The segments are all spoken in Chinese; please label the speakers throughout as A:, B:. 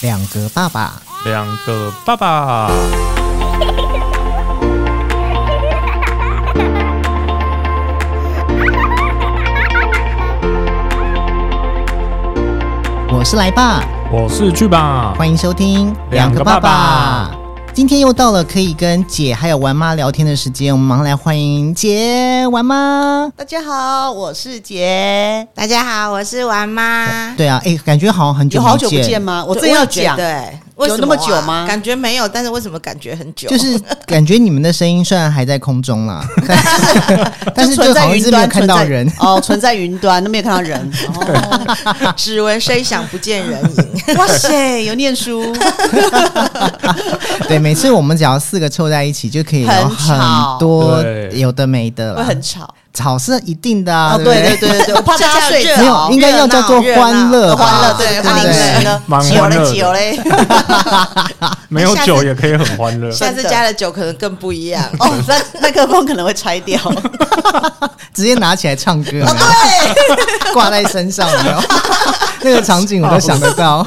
A: 两个爸爸，
B: 两个爸爸。
A: 我是来爸，
B: 我是去吧，
A: 欢迎收听
B: 两个爸爸。
A: 今天又到了可以跟姐还有玩妈聊天的时间，我们马上来欢迎姐玩妈。
C: 大家好，我是杰。
D: 大家好，我是王妈。
A: 对啊，哎，感觉好像很久
C: 有好久不见吗？我正要讲，
D: 对，
C: 有那么久吗
D: 啊感觉没有，但是为什么感觉很久？
A: 就是感觉你们的声音虽然还在空中 啦，但是但是就
C: 存在
A: 好像一
C: 云
A: 直没有
C: 端，
A: 看到人。
C: 存在哦，存在云端，都没有看到人。哦
D: 只闻声响不见人 影。
C: 哇塞，有念书，
A: 对，每次我们只要四个凑在一起，就可以聊
C: 很吵
A: 很多
B: 对
A: 有的没的
C: 会
A: 啦，
C: 很 吵。
A: 吵是一定的啊，
C: 哦，
A: 对
C: 对
A: 不
C: 对对对对，我怕大家睡
D: 这样
A: 没
D: 热
A: 有，
C: 着。
A: 应该要叫做
D: 热闹
A: 欢乐吧，
C: 欢乐对
D: 对，
C: 欢
D: 欢
C: 乐
D: 迎呢，
B: 蛮
D: 久
B: 欢乐
D: 了
B: 的
D: 久嘞，
B: 没有
D: 下次
B: 酒也可以很欢乐，
D: 下次加了酒可能更不一样。
C: 哦，那麦克风可能会拆掉。
A: 直接拿起来唱歌，
B: 哦
A: 对，挂在身上，有没 有？那个场景我都想得
B: 哦
A: 到。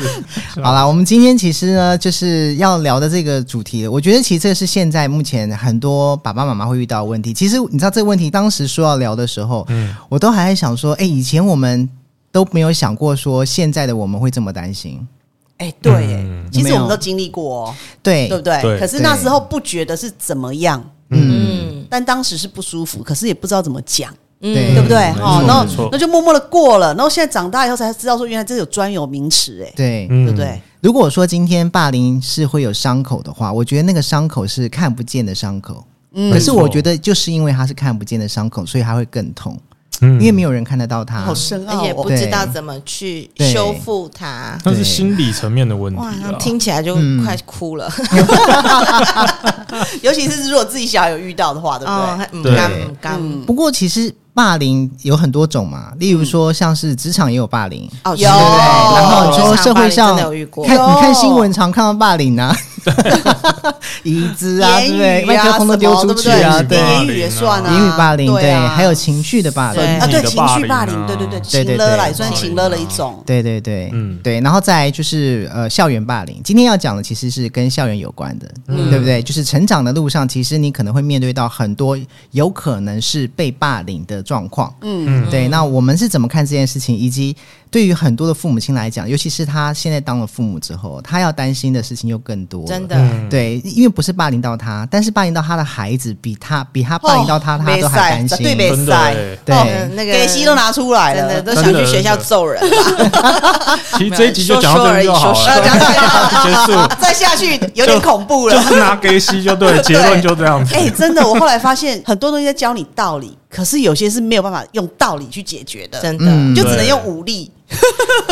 A: 好啦，我们今天其实呢，就是要聊的这个主题，我觉得其实这是现在目前很多爸爸妈妈会遇到的问题。其实你知道这个问题，当时说要聊的时候，
B: 嗯
A: 我都还在想说，哎、以前我们都没有想过说现在的我们会这么担心，
C: 哎，对，哎
B: 嗯
C: 其实我
A: 有没有
C: 们都经历过哦，
A: 对，
C: 对不对
B: 对？
C: 可是那时候不觉得是怎么样，
D: 嗯，
C: 但当时是不舒服，可是也不知道怎么讲。
A: 对
C: 嗯对不对？
B: 嗯没
C: 哦
B: 错
C: 哈、然
B: 没
C: 后
B: 错
C: 那就默默的过了，然后现在长大以后才知道说，原来这有专有名词，哎，
A: 对。
B: 嗯
C: 对不对？
A: 如果说今天霸凌是会有伤口的话，我觉得那个伤口是看不见的伤口。
C: 嗯
A: 可是我觉得就是因为它是看不见的伤口，所以它会更痛，
B: 嗯
A: 因为没有人看得到它
C: 好。深
D: 而
C: 奥
D: 且
C: 哦，
D: 不知道怎么去
A: 对
D: 修复它。
B: 那是心理层面的问题
D: 哇，那
B: 啊。
D: 听起来就
A: 嗯
D: 快哭了。
C: 尤其是如果自己小孩有遇到的话，对不对？
D: 哦，嗯
B: 对
D: 干嗯干。
C: 嗯，
A: 不过其实霸凌有很多种嘛，例如说像是职场也有霸凌，
D: 哦，
C: 有
D: 是
A: 对不对？然后你说
D: 职场
A: 社
D: 霸
A: 会
D: 凌
A: 上
D: 真的有遇过，
A: 看你看
C: 有
A: 新闻常看到霸凌 啊，椅子啊，对不
C: 言语
A: 对？
C: 啊
A: 麦克风都丢
C: 什
A: 出
C: 么
A: 去
C: 对
A: 啊，
C: 不对
A: 对，
C: 言语也算啊，
A: 言语霸凌，
C: 对
A: 对，
C: 啊，
A: 还有情绪的霸凌
D: 对。
C: 啊，对
B: 你的
C: 情绪
B: 霸
C: 霸
B: 凌
C: 凌，
B: 啊
C: 对对
A: 对
C: 对，
A: 对
C: 情勒啦，
A: 对
C: 也算情勒的一种。
A: 对对对，嗯
B: 嗯，
A: 对，然后再来就是呃校园霸凌，今天要讲的其实是跟校园有关的，对不对？就是成长的路上，其实你可能会面对到很多有可能是被霸凌的状况，嗯，对。那我们是怎么看这件事情，以及对于很多的父母亲来讲，尤其是他现在当了父母之后，他要担心的事情又更多，
D: 真。的
B: 嗯，
A: 对，因为不是霸凌到他，但是霸凌到他的孩子，比他比他霸凌到他，
C: 哦
A: 他都还担心。
C: 没事对没
B: 真的欸。
A: 对
D: 哦那个
C: 给息都拿出来
D: 真的
C: 了，
D: 都
B: 真
D: 想
B: 的
D: 去学校揍人了。
B: 其实这一集就讲到这边就好
D: 说
B: 了，
D: 说而已
C: 说说
B: 结束，
C: 再下去有点恐怖了
B: 就。是拿给息就对，结论就这样子。
C: 哎、真的，我后来发现很多东西在教你道理，可是有些是没有办法用道理去解决的，
D: 真的，
A: 嗯
C: 就只能用武 力。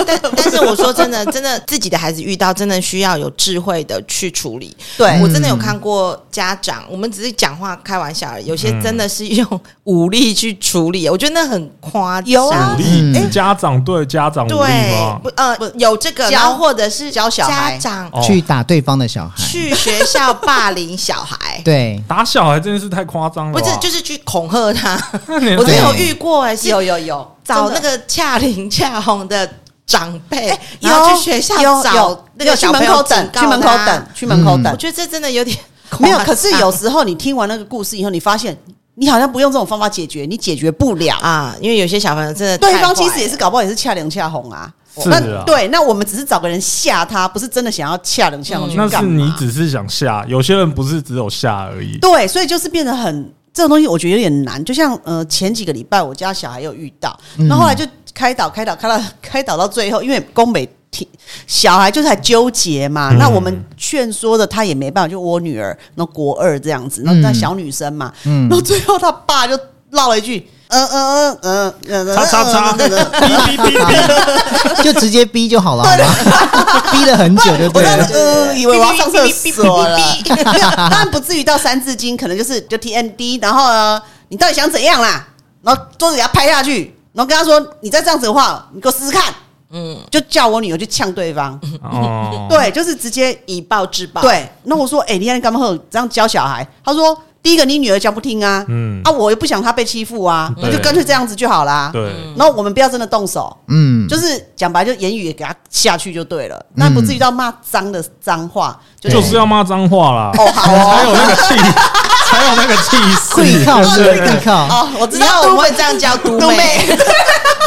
D: 但但是我说真的，真的自己的孩子遇到，真的需要有智慧的去处理。
C: 对
D: 我真的
B: 嗯
D: 有看过家长，我们只是讲话开玩笑而已，有些真的是用武力去处理，我觉得那很夸张。
C: 有啊
B: 武
A: 嗯
B: 力，家长对家长武力
D: 对
B: 吗，
D: 不？呃，不有这个，
C: 教
D: 然后或者是
C: 教小孩
D: 家长
B: 哦
A: 去打对方的小孩，，
D: 去学校霸凌小孩
A: 对，
B: 打小孩真的是太夸张了
D: 不
B: 吧，
D: 是就是去恐吓他。
B: 那你
D: 我
A: 这
D: 真
A: 对
D: 有遇过哎、是
C: 有有有，
D: 找
C: 真
D: 那
C: 的哎
D: 个恰玲恰红的长辈，
C: 有
D: 然后去学校
C: 有
D: 找
C: 有
D: 那个
C: 有去
D: 小朋
C: 门
D: 友
C: 口等，
D: 警
C: 去门口
D: 告他
C: 等，去门口
A: 嗯
C: 等
D: 我。觉得这真的有点
C: 没有，可是
D: 夸张
C: 有时候你听完那个故事以后，你发现你好像不用这种方法解决，你解决不了。
D: 啊，因为有些小朋友真的
C: 对
D: 太
C: 方
D: 坏
C: 其实也是
D: 了
C: 搞不好也是恰凉恰红啊。
B: 是
C: 那
B: 啊
C: 对，那我们只是找个人吓他，不是真的想要恰凉
D: 嗯
C: 恰红去
B: 那
C: 干
B: 是
C: 嘛
B: 你只是想吓，有些人不是只有吓而已。
C: 对，所以就是变得很这种东西，我觉得有点难。就像呃前几个礼拜我家小孩有遇到，
B: 嗯
C: 那后来就开导开导开导 开导到最后，因为宫北挺小孩就是还纠结嘛，
B: 嗯
C: 那我们劝说的他也没办法，就我女儿那国二这样子，那那
A: 嗯
C: 小女生嘛，
A: 嗯
C: 然后最后他爸就唠了一句。嗯嗯嗯嗯嗯，
B: 叉叉叉，哔哔哔哔，
A: 就直接逼就好了，好吗？ 逼了很久就
C: 我
A: 对
C: 当
A: 了
C: 时。呃以为我要上厕所了，没有当然不至于到三字经，可能就是就 TND，然后呢，你到底想怎样啦？然后桌子给他拍下去，然后跟他说：“你再这样子的话，你给我试试看。”嗯，就叫我女儿去呛对方，
B: 哦，
C: 对，就是直接
D: 以暴制暴。，
C: 对。那我说：“哎、你看你干嘛这样教小孩？”他说：“第一个，你女儿讲不听啊，
B: 嗯
C: 啊，我又不想她被欺负啊，
B: 对
C: 那就干脆这样子就好啦。
B: 对，
C: 然后我们不要真的动手，
A: 嗯，
C: 就是讲白，就言语也给她下去就对了，那不至于到骂脏的脏话，就
B: 嗯就是啊要骂脏话啦，
C: 哦好哦
B: 才有那个气， 才有那个气势
A: 跪。靠
B: 对
A: 是跪靠，
C: 哦，我知
D: 你要
C: 道
D: 我
C: 我
D: 会
C: 们
D: 这样叫嘟
C: 都
D: 妹，
C: 妹，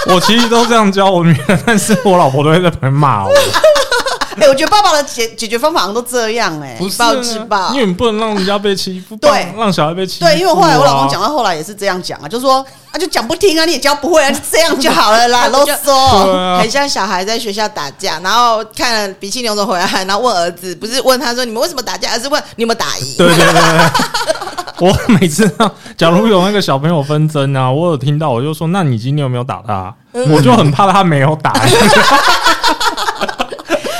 B: 我其实都这样教我女儿，但是我老婆都会在旁边骂 我，
C: 哎，我觉得爸爸的解解决方法好像都这样哎，
B: 不是
D: 以暴制暴
B: 因为你不能让人家被欺负，
C: 对
B: 不能让小孩被欺负啊。
C: 对，因为后来我老公讲到后来也是这样讲啊，就说啊就讲不听啊，你也教不会啊，就这样就好 了啦，
D: 他
C: 啰
D: 们就
C: 嗦。
B: 对啊
D: 很像小孩在学校打架，然后看了鼻涕牛总回来，然后问儿子，不是问他说你们为什么打架，而是问你有没有打赢。
B: 对对对对， 我每次啊假如有那个小朋友纷争啊，我有听到我就说，那你今天有没有打他？
C: 嗯
B: 我就很怕他没有打，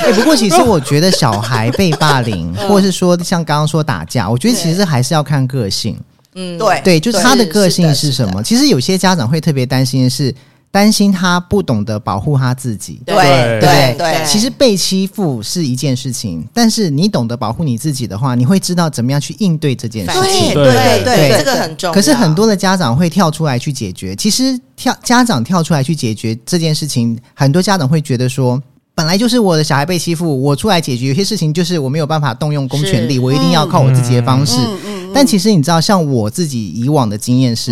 A: 哎、不过其实我觉得小孩被霸凌，或者是说像刚刚说打架，我觉得其实还是要看个性。
D: 嗯，
C: 对
A: 对，就是他的个性是什
D: 是
A: 么？其实有些家长会特别担心的是，担心他不懂得保护他自己。
D: 对
B: 对
C: 对
D: 对
C: 对，
A: 其实被欺负是一件事情，但是你懂得保护你自己的话，你会知道怎么样去应对这件事
D: 反
A: 情。
D: 击
B: 对
D: 对
B: 对
A: 对
D: 这个很重要。
A: 可是很多的家长会跳出来去解决，其实跳家长跳出来去解决这件事情，很多家长会觉得说。本来就是我的小孩被欺负，我出来解决。有些事情就是我没有办法动用公权力，
C: 嗯
D: 是
A: 我一定要靠我自己的方式。但其实你知道，像我自己以往的经验是，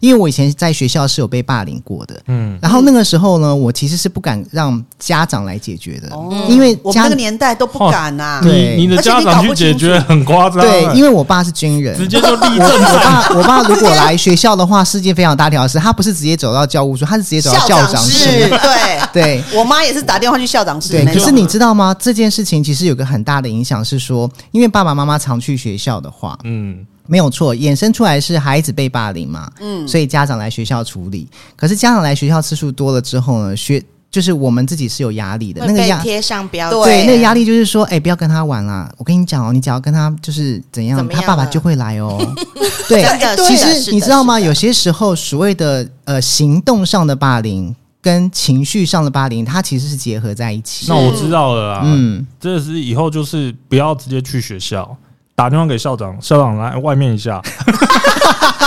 A: 因为我以前在学校是有被霸凌过的，
B: 嗯，
A: 然后那个时候呢，我其实是不敢让家长来解决的，因为
C: 哦我们
A: 家
C: 那个年代都不敢啊呐、
A: 对
B: 你你的家长去解决很夸张，
A: 对，因
B: 为
A: 为我爸是军人，
B: 直接就立正
A: 我
B: 站。
A: 爸，我爸如果来学校的话，是件非常大条的事。他不是直接走到教务处，他是直接走到
C: 校
A: 长
C: 室，
A: 室。
C: 对，
A: 对
C: 我妈也是打电话去校长室
A: 对，
C: 那
A: 可
C: 种。
A: 是你知道吗？这件事情其实有个很大的影响是说，因为爸爸妈妈常去学校的话，
B: 嗯，
A: 没有错，衍生出来是孩子被霸凌嘛，嗯，所以家长来学校处理。可是家长来学校次数多了之后呢，学就是我们自己是有压力的，
D: 会
A: 那个
D: 被
A: 压。
D: 贴上标签，
A: 对，那个压力就是说，哎、不要跟他玩啦！我跟你讲哦，你只要跟他就是怎样，
D: 怎么样
A: 他爸爸
D: 了
A: 就会来 哦。对，
D: 真的
A: 其
D: 是的是
A: 实
D: 的
A: 你知道吗？
D: 是的
A: 有些时候所谓的呃行动上的霸凌跟情绪上的霸凌，它其实是结合在一起。
B: 那我知道了啊，
A: 嗯，
B: 这是以后就是不要直接去学校，打电话给校长，校长来外面一 下，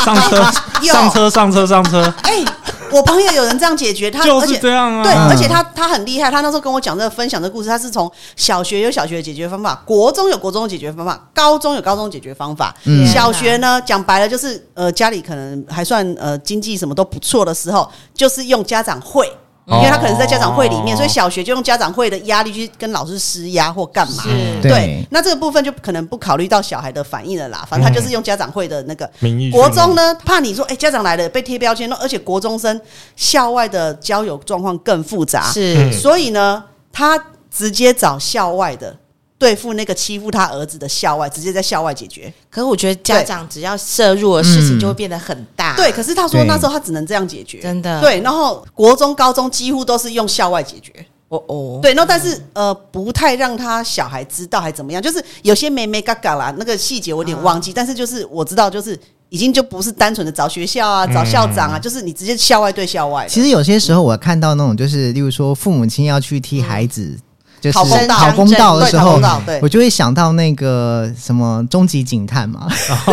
B: 上车，
C: 有
B: 上车，上车，上车，
C: 哎、我朋友有人这样解决他，
B: 就
C: 而
B: 是
C: 且
B: 这样啊。
C: 对，
A: 嗯
C: 而且他他很厉害，他那时候跟我讲这个分享的故事，他是从小学有小学的解决方法，国中有国中的解决方法，高中有高中的解决方法，
A: 嗯
D: 啊
C: 小学呢讲白了就是呃家里可能还算呃经济什么都不错的时候，就是用家长会。因为他可能是在家长会里面，
B: 哦
C: 所以小学就用家长会的压力去跟老师施压或干嘛。
D: 是
A: 对
C: 那这个部分就可能不考虑到小孩的反应了啦。反
A: 嗯
C: 正他就是用家长会的那个
B: 名义训
C: 国
B: 练
C: 中呢，怕你说，哎、家长来了被贴标签，而且国中生校外的交友状况更复杂，
D: 是
C: 所以呢，他直接找校外的对付那个欺负他儿子的校外，直接在校外解决。
D: 可是我觉得家长只要涉入的事情就会变得很大，
C: 对，可是他说
A: 对
C: 那时候他只能这样解决，
D: 啊真的
C: 对，然后国中、高中几乎都是用校外解决。
D: 哦哦，
C: 对，那但是呃，不太让他小孩知道还怎么样，就是有些妹妹嘎嘎啦，那个细节我有点忘记，但是就是我知道，就是已经就不是单纯的找学校啊、找校长啊，就是你直接校外对校外了。
A: 其实有些时候我看到那种，就是例如说父母亲要去替孩
D: 嗯
A: 子。就是
C: 讨公道
A: 讨公道的
C: 对
A: 时
C: 讨
A: 候
C: 公道，对
A: 我就会想到那个什么终极警探嘛，
B: 然后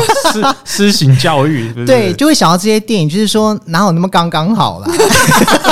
B: 施施哦行教 育，是不是
A: 对，就会想到这些电影，就是说哪有那么刚刚好啦。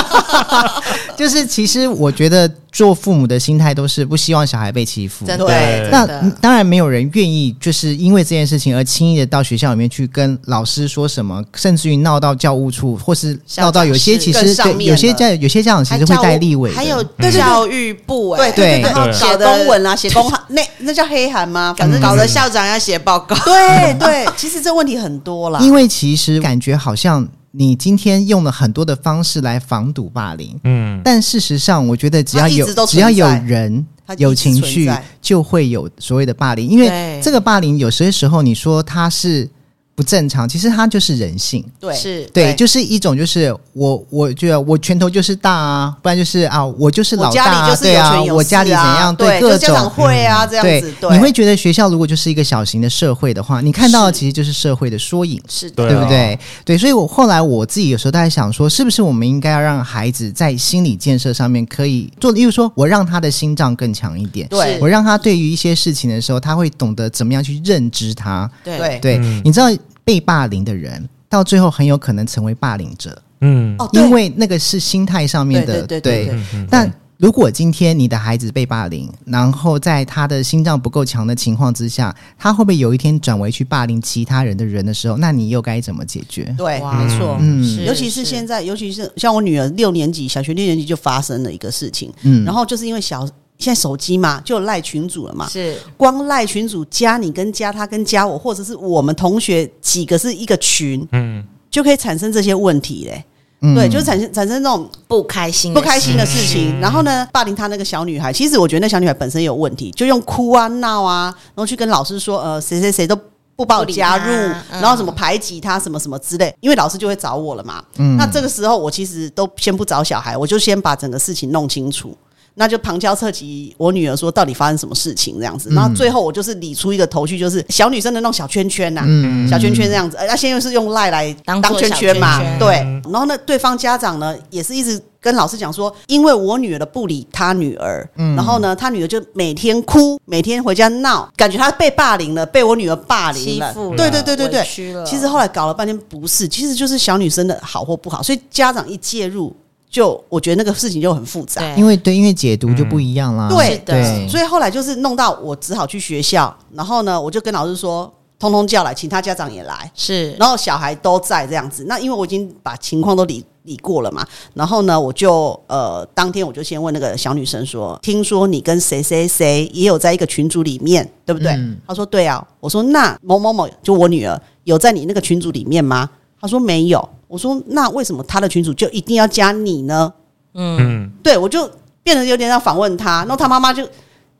A: 就是其实我觉得做父母的心态都是不希望小孩被欺负，
D: 真的
C: 对
D: 真
A: 那
D: 的
A: 当然没有人愿意就是因为这件事情而轻易的到学校里面去跟老师说什么，甚至于闹到教务处，或是
D: 校长
A: 闹到有些
D: 室
A: 其
C: 更
A: 实
C: 上
A: 对
C: 面
A: 有些
C: 了
A: 家有些家长其实会带立委的，
D: 还有
B: 对
D: 教育部哎
A: 对
C: 对，然后
B: 对
C: 写公文啊，写公函，那那叫黑 函吗？反
D: 反
C: 正
D: 正
C: 搞
D: 搞
C: 得
D: 得校长要写报告，
C: 对对，其实这问题很多啦。
A: 因为其实感觉好像你今天用了很多的方式来防堵霸凌，
B: 嗯，
A: 但事实上，我觉得只要
C: 它一
A: 有
C: 直都
A: 只要有
C: 存在
A: 人
C: 它一直
A: 有情
C: 存
A: 绪
C: 在，
A: 就会有所谓的霸凌。因为
D: 对
A: 这个霸凌有些时候你说它是不正常，其实它就是人性。
C: 对
D: 是
A: 对，就是一种，就是我，我觉得我拳头就是大啊，不然就是啊，我就是
C: 我
A: 老大、
C: 家里
A: 啊，
C: 就是
A: 对
C: 有
A: 啊
C: 权，有
A: 我
C: 势
A: 家里怎
C: 啊
A: 样，
C: 对，就
A: 各
C: 是家长
A: 种，嗯
C: 会啊这样子，对，
A: 你会觉得学校如果就是一个小型的社会的话，你看到的其实就是社会的缩影。
D: 是的，
B: 对
A: 对
B: 啊
A: 不对？对，所以我后来我自己有时候在想说，是不是我们应该要让孩子在心理建设上面可以做，例如说我让他的心脏更强一点，
C: 对
A: 我让他对于一些事情的时候，他会懂得怎么样去认知它。
D: 对
C: 对
A: 对，
B: 嗯
A: 你知道被霸凌的人到最后很有可能成为霸凌者，
B: 嗯，
C: 哦，对
A: 因为那个是心态上面的
C: 对对对对
B: 嗯嗯
A: 但如果今天你的孩子被霸凌，然后在他的心脏不够强的情况之下，他会不会有一天转为去霸凌其他人的人的时候，那你又该怎么解决？
C: 对，
D: 哇，没错，
A: 嗯
D: 是
C: 尤其是现在，尤其是像我女儿六年级，小学六年级就发生了一个事情，
A: 嗯
C: 然后就是因为小现在手机嘛，就有赖群主了嘛，
D: 是
C: 光赖群主加你跟加他跟加我，或者是我们同学几个是一个群，
B: 嗯，
C: 就可以产生这些问题嘞。
A: 嗯
C: 对，就是产生产生那种
D: 不开心，
C: 不开心的事情。然后呢，霸凌他那个小女孩，其实我觉得那小女孩本身有问题，就用哭啊、闹啊，然后去跟老师说，呃，谁谁谁都。不把我加入
D: 不理他，嗯
C: 然后什么排挤他，什么什么之类，因为老师就会找我了嘛。
A: 嗯
C: 那这个时候我其实都先不找小孩，我就先把整个事情弄清楚。那就旁敲侧击我女儿说到底发生什么事情这样子，然后最后我就是理出一个头绪，就是小女生的那种小圈圈呐、
A: 嗯
C: 小圈圈这样子，呃那现在是用赖来
D: 当
C: 当
D: 做
C: 圈
D: 小
C: 圈嘛
D: 圈，圈
C: 对
B: 嗯。
C: 然后呢，对方家长呢也是一直跟老师讲说，因为我女儿的不理他女儿，然后呢，他女儿就每天哭，每天回家闹，感觉她被霸凌了，被我女儿霸凌
D: 欺
C: 了，
D: 负了，
C: 对对对对对
D: 委。屈了
C: 其实后来搞了半天不是，其实就是小女生的好或不好，所以家长一介入，就我觉得那个事情就很复杂。
D: 对
A: 因为对，因为解读就不一样啦。
C: 嗯对
D: 是的
A: 对，
C: 所以后来就是弄到我只好去学校，然后呢，我就跟老师说，通通叫来，请他家长也来，
D: 是
C: 然后小孩都在这样子。那因为我已经把情况都理理过了嘛，然后呢，我就呃，当天我就先问那个小女生说，听说你跟谁谁谁也有在一个群组里面，对不对？
A: 嗯
C: 她说对啊。我说那某某某就我女儿有在你那个群组里面吗？她说没有。我说那为什么她的群组就一定要加你呢？
D: 嗯，
B: 嗯，
C: 对我就变得有点要访问他，然后他妈妈就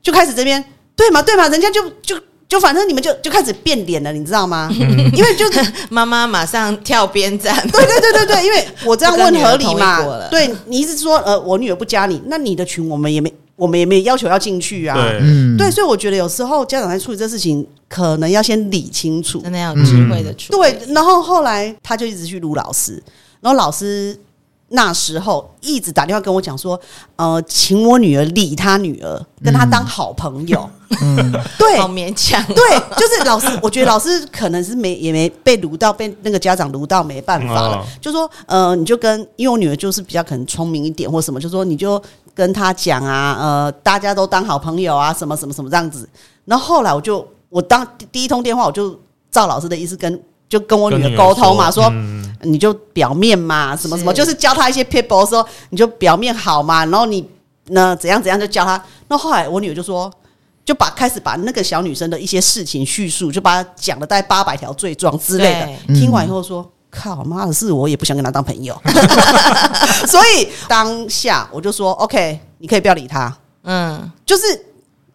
C: 就开始这边对嘛对嘛，人家就就就反正你们就就开始变脸了，你知道吗？因为就对
D: 妈妈马上跳边 站，
C: 对对对对，因为我这样问合理
D: 就跟女儿同一国
C: 嘛
D: 了，
C: 对你一直说呃我女儿不加你，那你的群我们也没 我们也没有要求要进去啊，
B: 对，
A: 嗯
C: 对，所以我觉得有时候家长在处理这事情，可能要先理清楚，
D: 真的要有智慧的处
C: 嗯
D: 理，
C: 对，然后后来他就一直去撸老师，然后老师那时候一直打电话跟我讲说，呃，请我女儿理他女儿，跟她当好朋友。对
D: 好勉强，
C: 对，就是老师，我觉得老师可能是没也没被撸到，被那个家长撸到没办法了，
B: 哦
C: 就说呃，你就跟，因为我女儿就是比较可能聪明一点或什么，就说你就跟她讲啊，呃，大家都当好朋友啊，什么什么什么这样子。然后后来我就我当第第一通电话，我就照老师的意思跟就跟我
B: 跟
C: 女
B: 女
C: 儿
B: 儿
C: 沟通嘛，说
B: 嗯
C: 你就表面嘛，什么什么，
D: 是
C: 就是教他一些 people 的时候，你就表面好嘛，然后你呢怎样怎样就教他。那后来我女儿就说，就把开始把那个小女生的一些事情叙述，就把她讲了大概八百条罪状之类的。
A: 对
C: 听完以后说。靠妈的，是我也不想跟他当朋友，所以当下我就说 OK，你可以不要理他，
D: 嗯，
C: 就是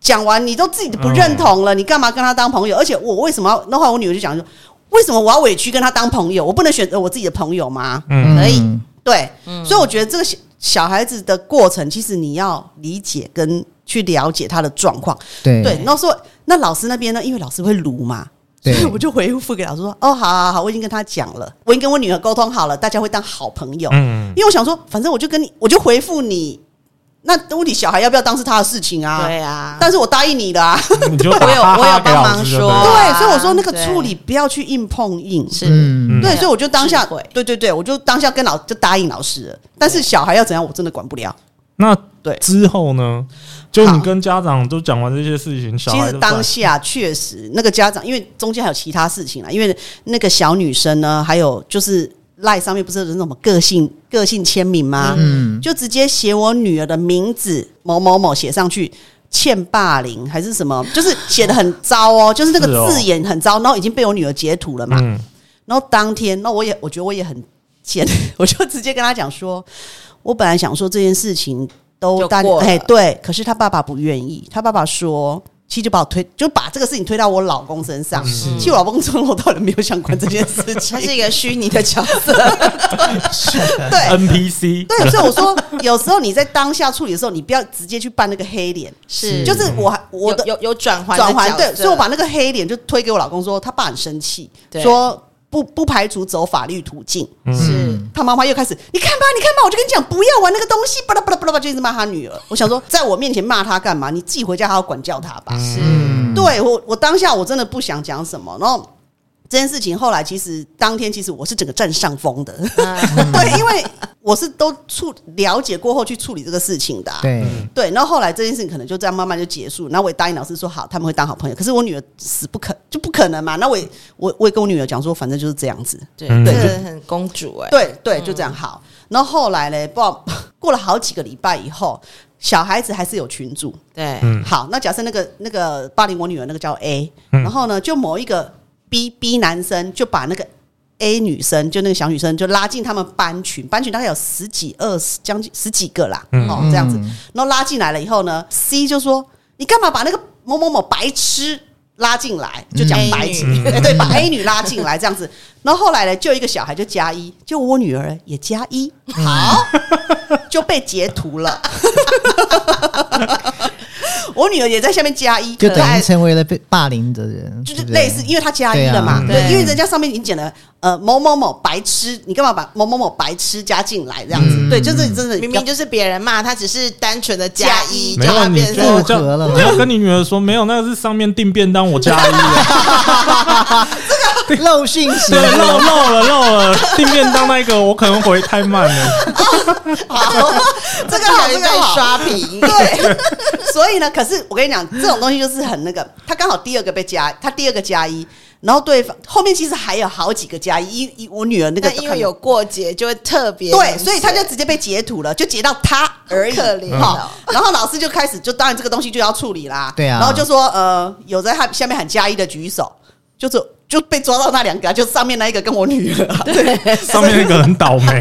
C: 讲完你都自己不认同
A: 嗯
C: 了，你干嘛跟他当朋友？而且我为什么要？那后来我女儿就讲说，为什么我要委屈跟他当朋友？我不能选择我自己的朋友吗？
B: 嗯，
D: 可以
A: 嗯
C: 对，所以我觉得这个小小孩子的过程，其实你要理解跟去了解他的状况。
A: 对
C: 对，然后说那老师那边呢，因为老师会撸嘛。所
A: 对
C: 以 我就回复给老师说：“哦，好好好，我已经跟他讲了，我已经跟我女儿沟通好了，大家会当好朋友。
B: 嗯，
C: 因为我想说，反正我就跟你，我就回复你。那问题小孩要不要当是他的事情啊？
D: 对啊，
C: 但是我答应你的啊。
B: 嗯 你就打
D: 我有
B: 哈哈
D: 我有
B: 给
D: 帮
B: 老
D: 忙
B: 师就
D: 说
B: 对了
C: 对，
D: 啊
C: 所以我说那个
D: 对
C: 处理不要去硬碰硬。
D: 是
A: 嗯
C: 对，所以我就当下
D: 智慧，
C: 对对对，我就当下跟老就答应老师了。但是小孩要怎样，我真的管不了。
B: 那
C: 对
B: 之后呢？就
C: 好
B: 你跟家长都讲完这些事情，小
C: 其
B: 孩
C: 实
B: 都
C: 当
B: 在
C: 下确实那个家长，因为中间还有其他事情啦，因为那个小女生呢，还有就是赖上面不是有那种个性个性签名吗？
A: 嗯
C: 就直接写我女儿的名字某某某写上去。欠霸凌还是什么，就是写的很糟哦，就是那
B: 是
C: 个
B: 哦
C: 字眼很糟，然后已经被我女儿截图了嘛。
B: 嗯，
C: 然后当天，那我也我觉得我也很贱， 我就直接跟他讲说，我本来想说这件事情都
D: 就
C: 大
D: 过了
C: 哎对，可是他爸爸不愿意，他爸爸说。其实就把我推，就把这个事情推到我老公身上。其实我老公从头到尾没有想管这件事情
D: 他，是一个虚拟的角色，
C: 对
B: NPC，
C: 对，所以我说，有时候你在当下处理的时候，你不要直接去扮那个黑脸，
D: 是
C: 就是我还我
D: 嗯有
C: 的
D: 有有转换的
C: 转环
D: 角
C: 对，
D: 色
C: 所以我把那个黑脸就推给我老公说，他爸很生气，
D: 对
C: 说不不排除走法律途径，
D: 是
C: 他妈妈又开始，你看吧，你看吧，我就跟你讲，不要玩那个东西，巴拉巴拉巴拉巴拉，就一直骂他女儿。我想说，在我面前骂他干嘛？你自己回家好好管教他吧。
D: 是
A: 嗯
C: 对我，我当下我真的不想讲什么，然后这件事情后来其实当天其实我是整个占上风的，
D: 嗯
C: 对，因为我是都处了解过后去处理这个事情的啊、
A: 对，
C: 对，然后后来这件事情可能就这样慢慢就结束，然后我也答应老师说好，他们会当好朋友。可是我女儿死不肯，就不可能嘛。那我也我我也跟我女儿讲说，反正就是这样子。
D: 对，
B: 嗯
D: 这个很公主哎，
C: 对对，就这样好。然后后来嘞，不知道过了好几个礼拜以后，小孩子还是有群主。
D: 对，
B: 嗯
C: 好，那假设那个那个霸凌我女儿那个叫 A，、
B: 嗯
C: 然后呢，就某一个 B B 男生就把那个 A 女生，就那个小女生，就拉进他们班群，班群大概有十几二十，将近十几个啦，
B: 嗯
C: 哦，这样子
A: 嗯，
C: 然后拉进来了以后呢，C 就说：“你干嘛把那个某某某白痴拉进来？”就讲
D: 嗯
C: 白痴，
B: 嗯
C: 哎对，把 A 女拉进来这样子。然后后来呢，就一个小孩就加一，就我女儿也加一，好，就被截图了。 我女儿也在下面加一，
A: 就
C: 可
A: 等
C: 爱
A: 于成为了被霸凌的人，
C: 就是
A: 对不对啊
C: 类似，因为他加一了嘛，
D: 对啊
C: 对
D: 对
C: 因为人家上面已经讲了，呃，某某某白痴，你干嘛把某某某白痴加进来这样子？
A: 嗯
C: 对，就是真的
D: 明明就是别人骂他，只是单纯的加一，
B: 没
D: 叫
B: 有
D: 他
B: 你
D: 变
B: 就
D: 成
A: 复
B: 叫
A: 合了嘛
B: 你要跟你女儿说，没有，那个是上面订便当，我加一 啊，
A: 漏讯息
B: 对，，漏漏了漏了，订便当那个我可能回太慢 了，
C: 好， 这个好，这个
D: 在
C: 好。
D: 刷屏，
C: 对， 所以呢，可是我跟你讲，这种东西就是很那个，他刚好第二个被加，他第二个加一，然后对方后面其实还有好几个加一，因因我女儿那个
D: 但因为有过节就会特别
C: 对，
D: 明显
C: 所以他就直接被截图了，就截到他而已，
D: 好可怜
A: 嗯
D: 哦
C: 哈然后老师就开始，就当然这个东西就要处理啦，
A: 对啊
C: 然后就说呃，有在他下面喊加一的举手，就是就被抓到那两个啊，就上面那一个跟我女儿啊，对，
B: 上面那个很倒霉，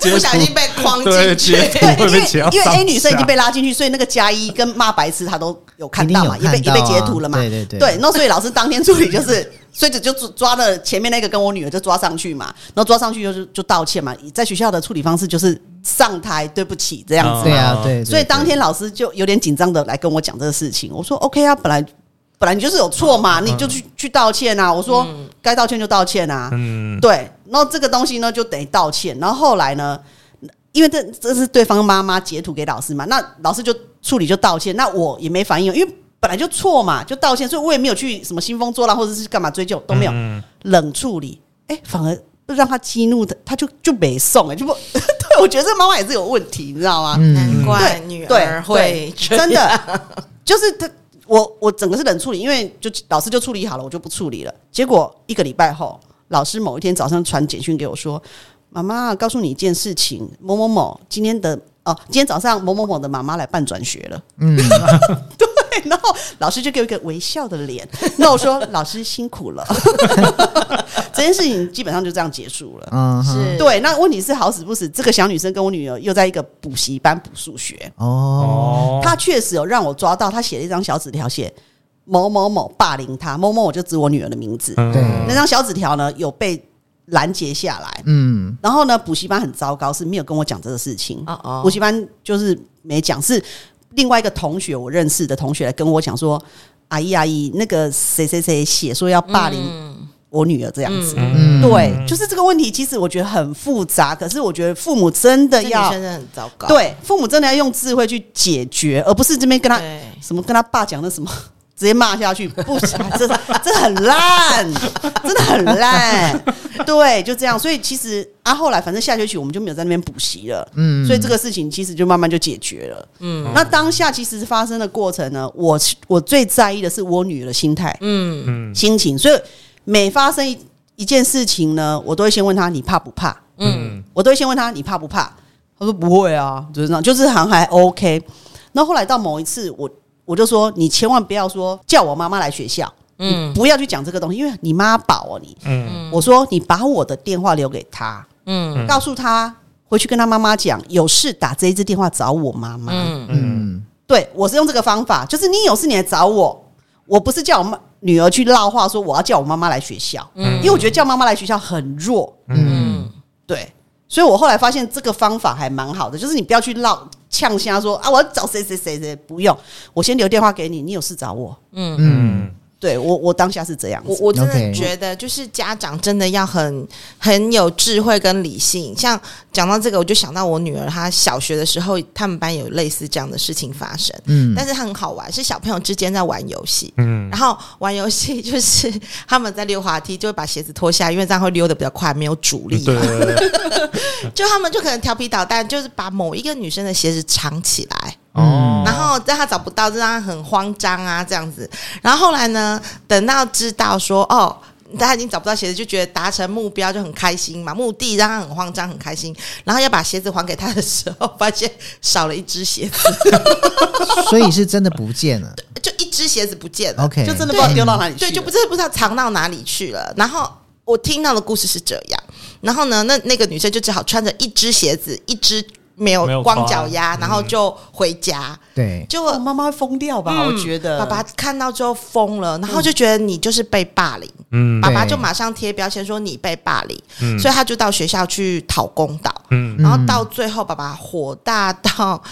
D: 不小心被框
B: 对
D: 进去
B: 截，图
C: 对，
B: 会
C: 因为
B: 被截到
C: 因为
B: 上
C: A 女生已经
B: 下
C: 被拉进去，所以那个加一跟骂白痴她都有 看到嘛，
A: 一
C: 也
A: 定有看到
C: 被也
A: 啊
C: 被截图了嘛。
A: 对对对
C: 那所以老师当天处理就是， 所以就抓了前面那个跟我女儿就抓上去嘛，然后抓上去就是就道歉嘛，在学校的处理方式就是上台对不起这样子嘛。
A: 对啊，对，对
C: 所以当天老师就有点紧张的来跟我讲这个事情，我说 OK 啊，本来本来你就是有错嘛，你就去去道歉啊，我说该道歉就道歉啊，
B: 嗯，
C: 对，然后这个东西呢就等于道歉，然后后来呢，因为这这是对方妈妈截图给老师嘛，那老师就处理就道歉，那我也没反应，因为本来就错嘛，就道歉，所以我也没有去什么兴风作浪或者是干嘛追究都没有，
B: 嗯
C: 冷处理，哎、反而让他激怒的，他就就没送哎、就不， 对我觉得这妈妈也是有问题，你知道吗？
D: 难
A: 嗯，
D: 怪
C: 对
D: 女
C: 对
D: 儿会
C: 对真的， 就是他，我我整个是冷处理，因为就老师就处理好了，我就不处理了。结果一个礼拜后，老师某一天早上传简讯给我说：“妈妈，告诉你一件事情，某某某今天的哦，今天早上某某某的妈妈来办转学了。”
A: 嗯，
C: 对，然后老师就给我一个微笑的脸。那我说：“老师辛苦了。” 这件事情基本上就这样结束了。
A: 嗯哼
D: 是
C: 对，那问题是好死不死，这个小女生跟我女儿又在一个补习班补数学。
A: 哦，
D: 嗯
B: 哦，
C: 他确实有让我抓到，他写了一张小纸条，写某某某霸凌他，某某我就指我女儿的名字。
B: 嗯
A: 对
C: 那张小纸条呢，有被拦截下来。
A: 嗯，
C: 然后呢，补习班很糟糕，是没有跟我讲这个事情。
D: 哦哦
C: 补习班就是没讲，是另外一个同学，我认识的同学来跟我讲说：“阿姨阿姨，那个谁谁谁写说要霸
D: 嗯
C: 凌我女儿这样子。
A: 嗯
C: 对，就是这个问题，其实我觉得很复杂，可是我觉得父母真的
D: 这女
C: 要
D: 生真的很糟糕，
C: 对，父母真的要用智慧去解决，而不是这边跟他
D: 对
C: 什么跟他爸讲那什么。 直接骂下去，不行， 这这很烂，真的很烂。 对，就这样。所以其实啊，后来反正下学期我们就没有在那边补习了，
A: 嗯
C: 所以这个事情其实就慢慢就解决了。嗯，那当下其实发生的过程呢，我我最在意的是我女儿的心态、
D: 嗯，
B: 嗯
C: 心情。所以每发生一一件事情呢，我都会先问她你怕不怕？
B: 嗯
C: 我都会先问他你怕不怕，他说不会啊，就是这样，就是好像还 OK。那后来到某一次，我我就说你千万不要说叫我妈妈来学校，嗯，不要去讲这个东西，因为你妈宝哦你。
B: 嗯
C: 我说你把我的电话留给他，
D: 嗯
C: 告诉他回去跟他妈妈讲，有事打这一支电话找我妈妈。
D: 嗯
A: 嗯
C: 对我是用这个方法，就是你有事你来找我，我不是叫我妈女儿去唠话说我要叫我妈妈来学校，
D: 嗯
C: 因为我觉得叫妈妈来学校很弱，
A: 嗯，
D: 嗯，
C: 对，所以我后来发现这个方法还蛮好的，就是你不要去闹呛瞎说啊，我要找谁谁谁谁，不用，我先留电话给你，你有事找我。
A: 嗯
B: 嗯
C: 对我我当下是这样
D: 我
C: 子，
D: 我真
A: OK
D: 的觉得，就是家长真的要很很有智慧跟理性。像讲到这个，我就想到我女儿，她小学的时候，他们班有类似这样的事情发生，
A: 嗯
D: 但是她很好玩，是小朋友之间在玩游戏。
B: 嗯
D: 然后玩游戏 就是他们在溜滑梯，就会把鞋子脱下来，因为这样会溜得比较快，没有阻力
C: 嗯
B: 对
D: 嘛。
B: 对对，
D: 就他们就可能调皮捣蛋，就是把某一个女生的鞋子藏起来，
A: 哦
D: 然后让她找不到，就让她很慌张啊这样子。然后后来呢，等到知道说哦。她已经找不到鞋子，就觉得达成目标就很开心嘛，目的让她很慌张，很开心。然后要把鞋子还给她的时候，发现少了一只鞋子，
A: 所以是真的不见 了。
D: 就一只鞋子不见了。
A: OK，
C: 就真的不知道
D: 对
C: 丢到哪里去
D: 对，
C: 了，
D: 就不真的不知道藏到哪里去了。然后我听到的故事是这样，然后呢，那那个女生就只好穿着一只鞋子，一只没
B: 没有嗯
D: 有光
B: 穿
D: 脚丫，然后就回家。
A: 对，
D: 结
C: 哦
D: 果
C: 妈妈会疯掉吧？我觉得
D: 爸爸看到之后疯了，然后就觉得你就是被霸凌，
B: 嗯
D: 爸爸
A: 对
D: 就马上贴标签说你被霸凌，
B: 嗯
D: 所以他就到学校去讨公道，
B: 嗯，
A: 嗯
D: 然后到最后爸爸火大到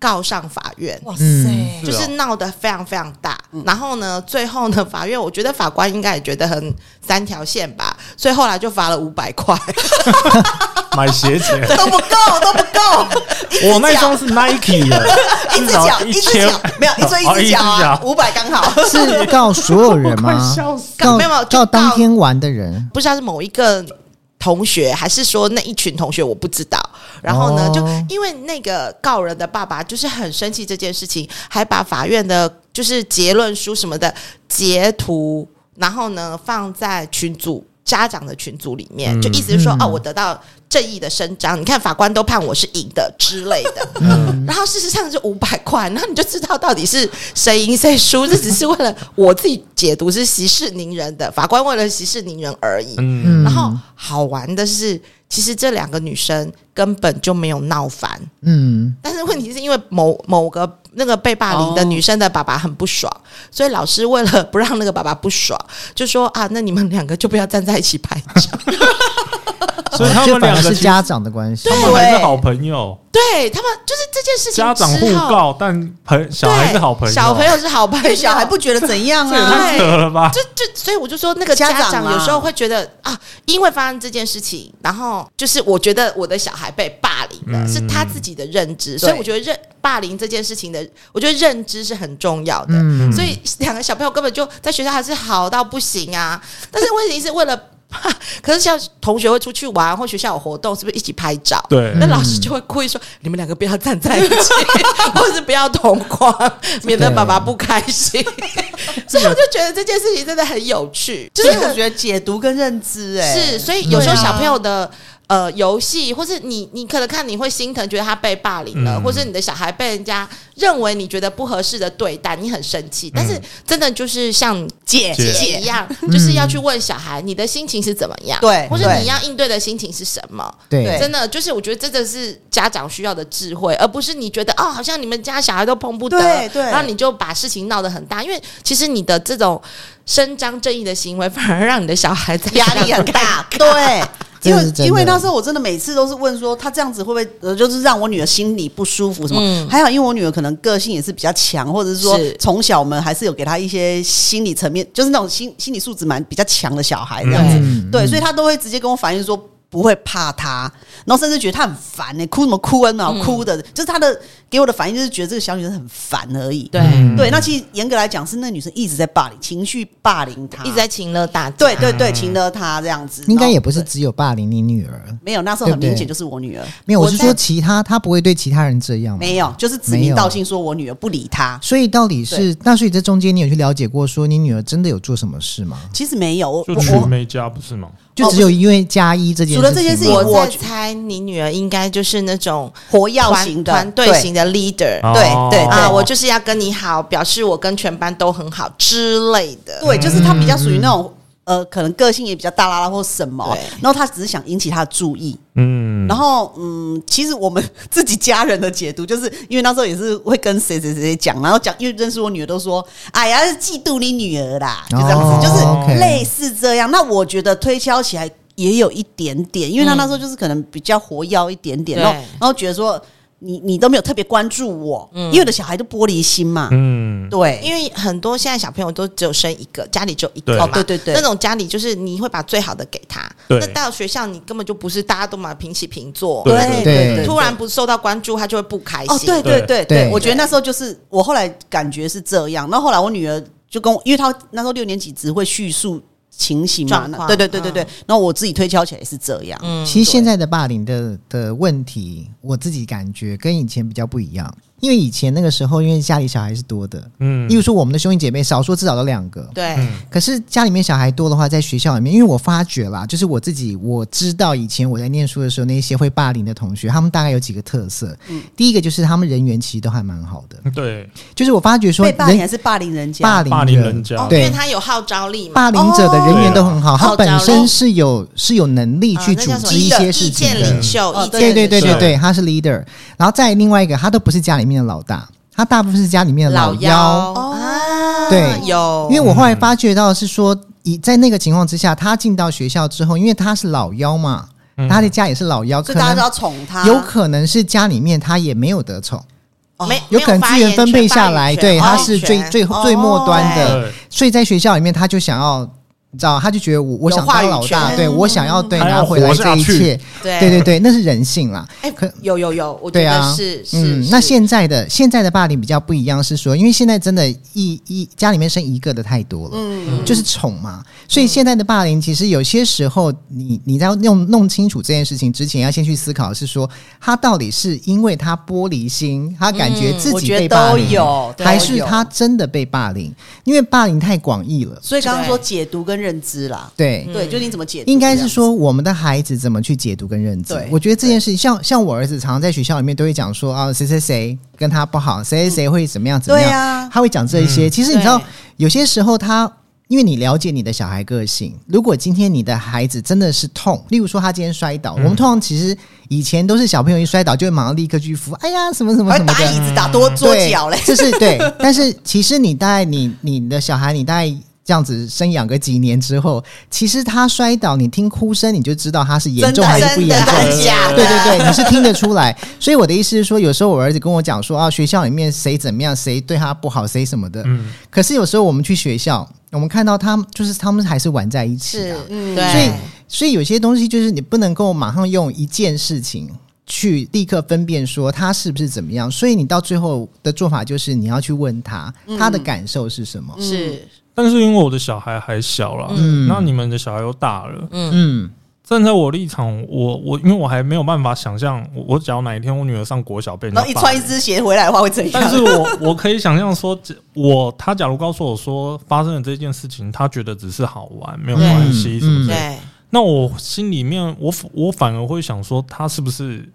D: 告上法院。
C: 哇哦嗯
A: 嗯
C: 塞，
D: 就是
B: 啊
D: 闹得非常非常大。然后呢，最后呢，法院我觉得法官应该也觉得很三条线吧，所以后来就罚了五百块。
B: 买鞋钱，
C: 都不够，都不够，
B: 我那双是 Nike 的，
C: 一
B: 至
C: 只
B: 少
C: 脚，一只
B: 千
C: 脚，没有一只
B: 哦
C: 一只脚啊，
B: 脚
C: 五百刚好。
A: 是告所有 人吗？告
D: 没有没有就
A: 告当
D: 告
A: 天玩的人。
D: 不知道是某一个同学，还是说那一群同学，我不知道。然后呢，
A: 哦
D: 就因为那个告人的爸爸就是很生气这件事情，还把法院的就是结论书什么的截图，然后呢放在群组。家长的群组里面，就意思是说，
A: 嗯
D: 哦，我得到正义的伸张，你看法官都判我是赢的之类的。然后事实上是五百块，然后你就知道到底是谁赢谁输。这只是为了我自己解读是息事宁人的，法官为了息事宁人而已。
A: 嗯，
B: 嗯，
D: 然后好玩的是，其实这两个女生根本就没有闹翻，
A: 嗯，
D: 但是问题是因为某某个那个被霸凌的女生的爸爸很不爽，所以老师为了不让那个爸爸不爽，就说啊，那你们两个就不要站在一起拍照。
B: 所以他
A: 就
B: 们
A: 哦反
B: 两
A: 而
B: 个
A: 是
B: 其实
A: 家长的关系
B: 他。们还是好朋友，
D: 对他们就是这件事情之
B: 家
D: 后，
B: 长互告，但朋小孩是好朋友，
D: 对小朋友是好朋 友，
C: 对小孩不觉得怎样
B: 这也
C: 啊？
B: 太扯了吧？
D: 就就，所以我就说，那个
C: 家
D: 家
C: 长
D: 长啊
C: 啦
D: 有时候会觉得啊，因为发生这件事情，然后就是我觉得我的小孩被霸凌了，
B: 嗯
D: 是他自己的认知，所以
C: 对
D: 我觉得认霸凌这件事情的，我觉得认知是很重要的。
A: 嗯，
D: 所以两个小朋友根本就在学校还是好到不行啊，但是问题是为了。可是像同学会出去玩或学校有活动，是不是一起拍照？
B: 对
C: 嗯
D: 那老师就会故意说：“你们两个不要站在一起， 或是不要同框，免得爸爸不开 心。”所以我就觉得这件事情真的很有趣，就
C: 所 以
D: 是
C: 我觉得解读跟认知，哎，
D: 是，所以有时候
C: 对啊
D: 小朋友的。呃，游戏或是你，你可能看你会心疼，觉得他被霸凌了，
B: 嗯
D: 或是你的小孩被人家认为你觉得不合适的对待，你很生气。但
C: 嗯
D: 是真的就是像
C: 解
B: 姐
D: 姐一样，就是要去问小孩你的心情是怎么样，
C: 对
D: 或是
C: 对
D: 你要应对的心情是什么。
A: 对，
D: 真的就是，我觉得真的是家长需要的智慧，而不是你觉得哦，好像你们家小孩都碰不得，
C: 对对
D: 然后你就把事情闹得很大，因为其实你的这种伸张正义的行为，反而让你的小孩在
C: 压 力很大，对。因
A: 这
C: 为
A: 是真的
C: 因为那时候我真的每次都是问说他这样子会不会呃就是让我女儿心里不舒服什么？
D: 嗯
C: 还好因为我女儿可能个性也是比较强，或者是说
D: 是
C: 从小我们还是有给她一些心理层面，就是那种心心理素质蛮比较强的小孩这样子。
A: 嗯
C: 对，所以她都会直接跟我反映说不会怕她，然后甚至觉得她很烦呢、哭什么哭啊，脑哭的，就是她的给我的反应就是觉得这个小女生很烦而已。
D: 对，
B: 嗯
C: 对，那其实严格来讲是那女生一直在霸凌，情绪霸凌她，
D: 一直在情勒大家，
C: 对对对，情勒她这样子，
A: 嗯应该也
C: 然后
A: 不是只有霸凌你女儿，
C: 没有，那时候很
A: 对不对
C: 明显就是我女儿，
A: 没有，我
D: 我
A: 是
D: 在
A: 说其他，他不会对其他人这样吗？
C: 没有，就是指
A: 没有
C: 名道姓说我女儿不理她。
A: 所以到底是那，所以这中间你有去了解过，说你女儿真的有做什么事吗？
C: 其实没有，我
B: 就
C: 我
B: 去
C: 我
B: 梅家不是吗？
A: 就只有因为加一这件事情吗，
C: 除了这件事情
D: 我
C: 我
D: 在猜你女儿应该就是那种
C: 活药
D: 团
C: 型的
D: 团队型的 leader
B: 哦
C: 对对
D: 啊，
C: 对
D: 我就是要跟你好，表示我跟全班都很好之类的。
C: 对，就是她比较属于那
A: 嗯
C: 种呃，可能个性也比较大啦啦或什么
D: 对，
C: 然后她只是想引起她的注意，
B: 嗯，
C: 然后嗯，其实我们自己家人的解读，就是因为那时候也是会跟谁谁谁讲，然后讲，因为认识我女儿都说，哎呀，嫉妒你女儿啦，就这样子，
A: 哦
C: 就
A: OK
C: 是类似这样。那我觉得推敲起来也有一点点，因为她那时候就是可能比较活跃一点
A: 嗯
C: 点，
D: 对
C: 然后然后觉得说。你你都没有特别关注我，
A: 嗯
C: 因为有的小孩都玻璃心嘛，
B: 嗯，
C: 对，
D: 因为很多现在小朋友都只有生一个，家里只有一个
B: 对
D: 嘛，
B: 哦
C: 对对对
D: 那种家里就是你会把最好的给他，
B: 对
D: 那到学校你根本就不是大家都嘛平起平坐，
B: 对
A: 对对
D: 突然不受到关注，他就会不开心。
C: 哦，
B: 对
C: 对对对
A: 对
C: 对，我觉得那时候就是我后来感觉是这样，然后后来我女儿就跟我，因为她那时候六年级只会叙述情形嘛
D: 状，况
C: 对对对对对
D: 嗯，
C: 然后我自己推敲起来也是这样，
D: 嗯
A: 其实现在的霸凌的的问题，我自己感觉跟以前比较不一样，因为以前那个时候，因为家里小孩是多的，
B: 嗯
A: 例如说我们的兄弟姐妹少说至少都两个，
D: 对，
A: 可是家里面小孩多的话，在学校里面，因为我发觉啦，就是我自己我知道以前我在念书的时候，那些会霸凌的同学，他们大概有几个特色。
D: 嗯
A: 第一个就是他们人缘其实都还蛮好的，
B: 对，
A: 就是我发觉说
C: 被霸凌
A: 人
C: 还是霸凌人家，
A: 霸凌
B: 霸凌人家
D: 哦，因
A: 对
D: 为他有号召力嘛，
A: 霸凌者的人缘都很好，
D: 哦
A: 他本
D: 号召
A: 身
D: 力
A: 是有是有能力
D: 啊
A: 去
D: 那
A: 组
D: 叫什么
A: 织一些事
D: 意
A: 情
D: 见
A: 的
D: 领。袖，
C: 哦
D: 意见
A: 对对对
D: 领袖
A: 对对，他是 leader。然后再另外一个，他都不是家里面的老大，他大部分是家里面的
D: 老
A: 幺。
D: 哦
C: 啊
A: 对
D: 有，
A: 因为我后来发觉到是说，以在那个情况之下，他进到学校之后，因为他是老幺嘛，
B: 嗯
A: 他在家也是老幺，可
C: 所以大家都
A: 能
C: 要宠他，
A: 有可能是家里面他也没有得宠，
D: 没
A: 有
D: 没
A: 可能
D: 发
A: 资源
D: 言
A: 分
D: 权
A: 配
D: 发
A: 下
D: 言
A: 来，
D: 权
A: 对，
D: 发
A: 他
D: 言
A: 是最
D: 权
A: 最
C: 哦
A: 最末端的，
B: 对，
A: 所以在学校里面他就想要。你知道，他就觉得我我
D: 有
A: 想
D: 话
A: 当
D: 语
A: 老大，
D: 权
A: 对我想要对
B: 他要
A: 拿回来
B: 活
A: 这
B: 下
A: 一
B: 去
A: 切，
D: 对
A: 对对对，那是人性啦。
D: 哎
A: 可
D: 有有有，我觉
A: 对啊
D: 得是是。
A: 嗯，那
D: 是
A: 现在的现在的霸凌比较不一样，是说，因为现在真的一，一家里面生一个的太多了，
C: 嗯，
A: 就是宠嘛。所以现在的霸凌，其实有些时候你，你在弄弄清楚这件事情之前，要先去思考，是说他到底是因为他玻璃心，他感觉自
C: 嗯我
A: 己
C: 觉
A: 被
C: 得
A: 霸
C: 都
A: 凌，
C: 有，都
A: 还是
C: 有
A: 他，真的被霸凌？因为霸凌太广义了，
C: 所以刚刚说解读跟认知啦，
A: 对。
C: 对，就你怎么解读，
A: 应该是说我们的孩子怎么去解读跟认知
C: 对。
A: 我觉得这件事情，像像我儿子常常在学校里面都会讲说啊，谁谁谁跟他不好，谁谁谁会怎么样怎么
C: 对啊
A: 样，
C: 呀，
A: 他会讲这一些。其实你知道
D: 对，
A: 有些时候他。因为你了解你的小孩个性，如果今天你的孩子真的是痛，例如说他今天摔倒，我们通常其实以前都是小朋友一摔倒就会马上立刻去扶，哎呀什么什么
C: 还
A: 什么
C: 打
A: 的，
C: 椅子打多桌
A: 对，
C: 脚嘞，
A: 这是 对。但是其实你大概你你的小孩，你大概这样子生养个几年之后，其实他摔倒，你听哭声你就知道他是严
C: 真
A: 重还
C: 的
A: 是不
C: 真
A: 严
C: 的
A: 重。
C: 还是假的，
A: 对对对，你是听得出来。所以我的意思是说，有时候我儿子跟我讲说啊，学校里面谁怎么样，谁对他不好，谁什么的。
B: 嗯
A: 可是有时候我们去学校，我们看到他们就是他们还是玩在一起
D: 是
A: 啊。
C: 嗯
D: 对，
A: 所以所以有些东西就是你不能够马上用一件事情去立刻分辨说他是不是怎么样，所以你到最后的做法就是你要去问他、
C: 嗯
A: 他的感受是什么。
D: 是
B: 但是因为我的小孩还小啦，
A: 嗯
B: 那你们的小孩又大了，
A: 嗯，
B: 站在我立场，我我因为我还没有办法想象，我我只要哪一天我女儿上国小
A: 嗯
B: 被人家
C: 然后一穿一
B: 霸凌
C: 只鞋回来的话会怎样？
B: 但是我我可以想象说，这我他假如告诉我说发生了这件事情，他觉得只是好玩，没有关系
A: 嗯
B: 什么之类的，
D: 对，
B: 那我心里面我我反而会想说，他是不是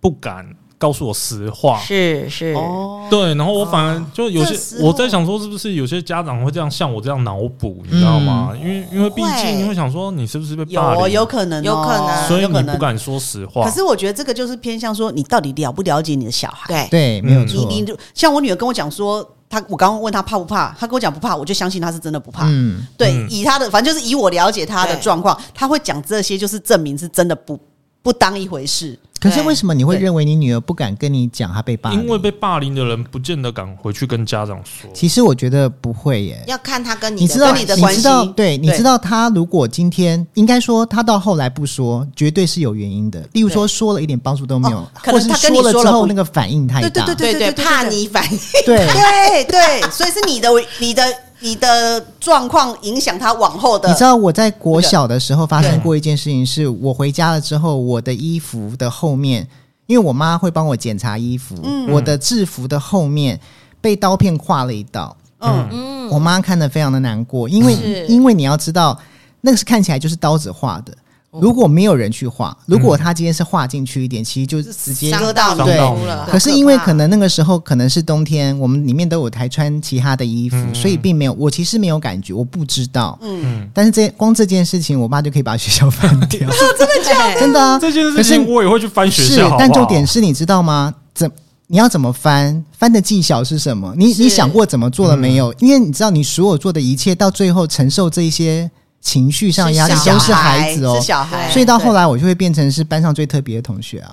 B: 不敢告诉我实
A: 嗯
B: 话？
D: 是是，
C: 哦，
B: 对，然后我反而就有
C: 这时
B: 些
C: 候
B: 我在想说，是不是有些家长会这样像我这样脑补，你知道吗？因为因为毕竟你会想说，你是不是被
C: 有
B: 霸
C: 哦
B: 凌？
C: 嗯有可能哦，
D: 有可能
B: 所以
C: 有可
B: 你不
C: 能。
B: 敢说实话。
C: 可是我觉得这个就是偏向说，你到底了不了解你的小孩？
D: 对
A: 对，没有
C: 你
A: 错。
C: 你像我女儿跟我讲说，她我刚刚问她怕不怕，她跟我讲不怕，我就相信她是真的不怕。
A: 嗯，
C: 对，
B: 嗯
C: 以她的反正就是以我了解她的
D: 对
C: 状况，她会讲这些，就是证明是真的不不当一回事。
A: 可是为什么你会
C: 对
A: 认为你女儿不敢跟你讲她被霸凌？
B: 因为被霸凌的人不见得敢回去跟家长说。
A: 其实我觉得不会耶，
D: 要看他跟
A: 你
D: 的
A: 知道，
D: 关
C: 你的
D: 系
C: 关
A: 知道，
C: 系
A: 对，你
C: 对
A: 知道他如果今天应该说他到后来不说，绝对是有原因的。例如说说了一点帮助都没有，
C: 哦可
A: 或
C: 能
A: 是
C: 他跟你
A: 了
C: 说
A: 之
C: 了
A: 后
C: 不
A: 那个反应太大，
C: 对对
D: 对
C: 对
D: 对，
C: 对
D: 怕
C: 对对
D: 你反应，
A: 对
C: 对对，所以是你的你的你的状况影响她往后的
A: 你知道我在国小的时候发生过一件事情，是我回家了之后，我的衣服的后面，因为我妈会帮我检查衣服，我的制服的后面被刀片划了一刀，
C: 嗯
D: 嗯，
A: 我妈看得非常的难过，因为
D: 是
A: 因为你要知道，那个是看起来就是刀子划的。如果没有人去划，如果他今天是划进去一点，其实就是直接
D: 伤
C: 到
B: 对
D: 到你了。
A: 可是因为可
D: 怕
A: 能那个时候可能是冬天，我们里面都有台穿其他的衣服，所以并没有。我其实没有感觉，我不知道。嗯，但是这光这件事情，我爸就可以把学校翻掉，
D: 对
A: 真的啊。
B: 这件
A: 可
B: 事
A: 是
B: 情我也会去翻学
A: 是
B: 校，好不好，
A: 但重点是你知道吗？怎你要怎么翻？翻的技巧是什么？你
D: 是
A: 你想过怎么做了没有？因为你知道，你所有做的一切到最后承受这一些情绪上的压力
D: 是小
A: 都是孩子哦
C: 是。小孩，
A: 所以到后
C: 来
A: 来，我就会变成是班上最特别的同学啊。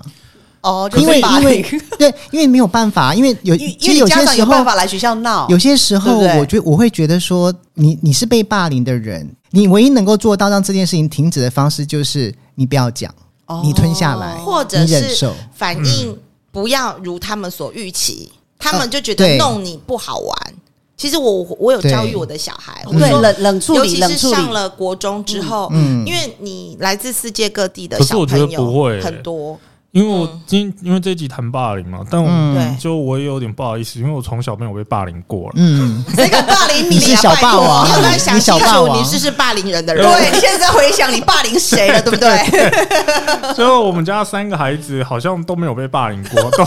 C: 哦，就
A: 因
C: 是
A: 为 因
C: 霸凌
A: 为对，因为没有办法，因为有
C: 因为
A: 其
C: 因
A: 实
C: 为你
A: 有
C: 家
A: 些
C: 长
A: 时
C: 有办
A: 候
C: 法来学校闹，
A: 有些时候，
C: 对不对
A: 我觉我会觉得说，你你是被霸凌的人，你唯一能够做到让这件事情停止的方式，就是你不要讲，
C: 哦
A: 你吞下来，
D: 或者
A: 你忍
D: 是
A: 受。
D: 反应不要如他们所预期，
A: 嗯
D: 他们就觉
A: 对
D: 得弄你不好玩。其实我我有教育
A: 对
D: 我的小孩，我
C: 对
D: 说
C: 冷冷处
D: 尤
C: 理，
D: 其
C: 冷
D: 是
C: 处理
D: 上。 了国中之后，
A: 嗯嗯
D: 因为你来自世界各地的
B: 可是
D: 小
B: 我觉得
D: 朋友
B: 不会欸
D: 很多，
B: 因为我今因为这一集谈霸凌嘛，但我
A: 嗯
D: 对
B: 就我也有点不好意思，因为我从小没有被霸凌过了。
A: 嗯，
D: 谁敢霸凌 你
A: 你是
D: 啊
A: 小
D: 拜托
A: 霸王嗯
D: 你有没有想
A: 你小
D: 清
A: 霸
D: 楚
A: 王
D: 你是不是霸凌人的人？
C: 对，你现在回想你霸凌谁了，对不对？
B: 所以我们家三个孩子好像都没有被霸凌过， 都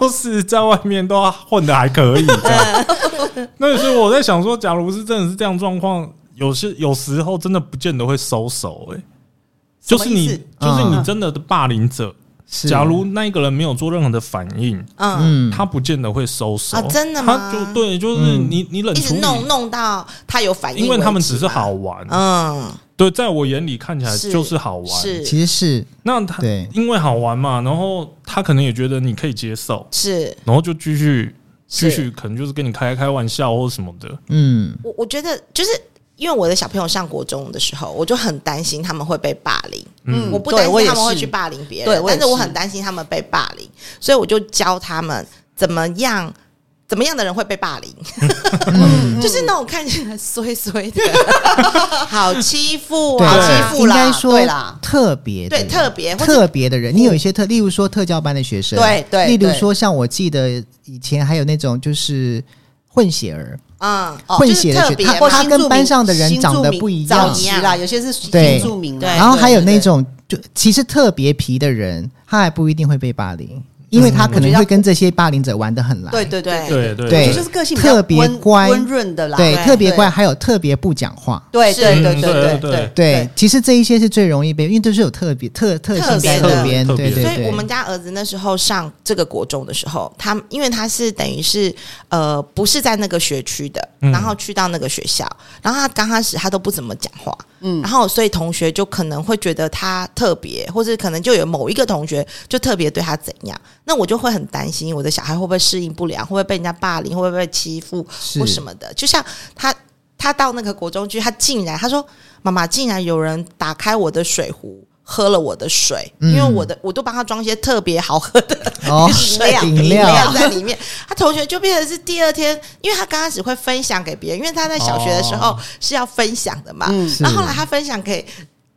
B: 都 是在外面都混的 还可以这样。那所以我在想说，假如是真的是这样状况，有些有时候真的不见得会收手、欸，就是你
C: 什么意思
B: 就是
A: 嗯
B: 你真的的霸凌者，
A: 是
B: 假如那一个人没有做任何的反应，
A: 嗯，
D: 嗯，
B: 他不见得会收手。
D: 啊真的吗
B: 他就对，就是
A: 嗯
B: 你你冷
D: 一
B: 处
D: 直
B: 理，
D: 弄弄到他有反应，
B: 因为他们只是，好玩。
D: 嗯，
B: 对，在我眼里看起来
D: 是
B: 就是好玩。
D: 是
A: 其实是
B: 那他
A: 对
B: 因为好玩嘛，然后他可能也觉得你可以接受，
D: 是
B: 然后就继续继
D: 是
B: 续，可能就是跟你开开玩笑或什么的。
A: 嗯
D: 我我觉得就是因为我的小朋友上国中的时候，我就很担心他们会被霸凌。
C: 嗯
D: 我不担
C: 对我也
D: 心他们会
C: 是
D: 去霸凌别
C: 对
D: 人，
C: 我也
D: 但是我
C: 是
D: 很担心他们被霸凌，所以我就教他们怎么样。怎么样的人会被霸凌？
A: 嗯，
D: 就是那种看起来衰 衰的，好欺负
A: 对
D: 啊，
B: 好，
D: 欺负
A: 应该
D: 啦，
A: 说
D: 对啦，
A: 特别的
D: 对
A: 人
D: 特别或者
A: 特别的人，你有一些特，例如说特教班的学生，啊
C: 对对
A: 例如
C: 对
A: 说像我记得以前还有那种就是混血儿，
D: 嗯，
C: 哦
A: 混
D: 就是
A: 血的
D: 特
A: 血
D: 别
A: 他
D: 嘛
A: 或他跟班上的人
C: 新住民
A: 长得不一
C: 早
A: 样
C: 期啦，有些是
A: 对
C: 新住民啦，啊
D: 哎对
A: 然后还有那
C: 对
A: 种就其实特别皮的人，他还不一定会被霸凌，因为他可能会跟这些霸凌者玩得很来，
C: 对对对
D: 嗯
B: 对
D: 对
B: 对
A: 对
C: 我觉得就是个性比较
A: 特别
C: 温
A: 乖
C: 温润的啦，
A: 对
D: 对
A: 特别乖，还有特别不讲话。
C: 对
D: 是
C: 对对
B: 嗯
C: 对
B: 对对
C: 对对
A: 对，其实这一些是最容易被，因为都是有特别特特性在
D: 特
A: 那
D: 别
A: 边，
B: 的
A: 对对
D: 所以我们
A: 对，
D: 家儿子那时候上这个国中的时候，他因为他是等于是呃不是在那个学区的，
B: 嗯
D: 然后去到那个学校，然后他刚开始他都不怎么讲话，
C: 嗯
D: 嗯，然后所以同学就可能会觉得他特别，或者可能就有某一个同学就特别对他怎样，那我就会很担心我的小孩会不会适应不良，会不会被人家霸凌，会不会被欺负
A: 是
D: 或什么的，就像他。他到那个国中去，他竟然他说：“妈妈，竟然有人打开我的水壶，喝了我的水，
A: 嗯
D: 因为我的我都帮他装一些特别好喝的
A: 哦
D: 饮料，
A: 饮料
D: 料在里面。他同学就变成是第二天，因为他刚开始会分享给别人，因为他在小学的时候
B: 哦
D: 是要分享的嘛。
C: 嗯
D: 然后后来他分享给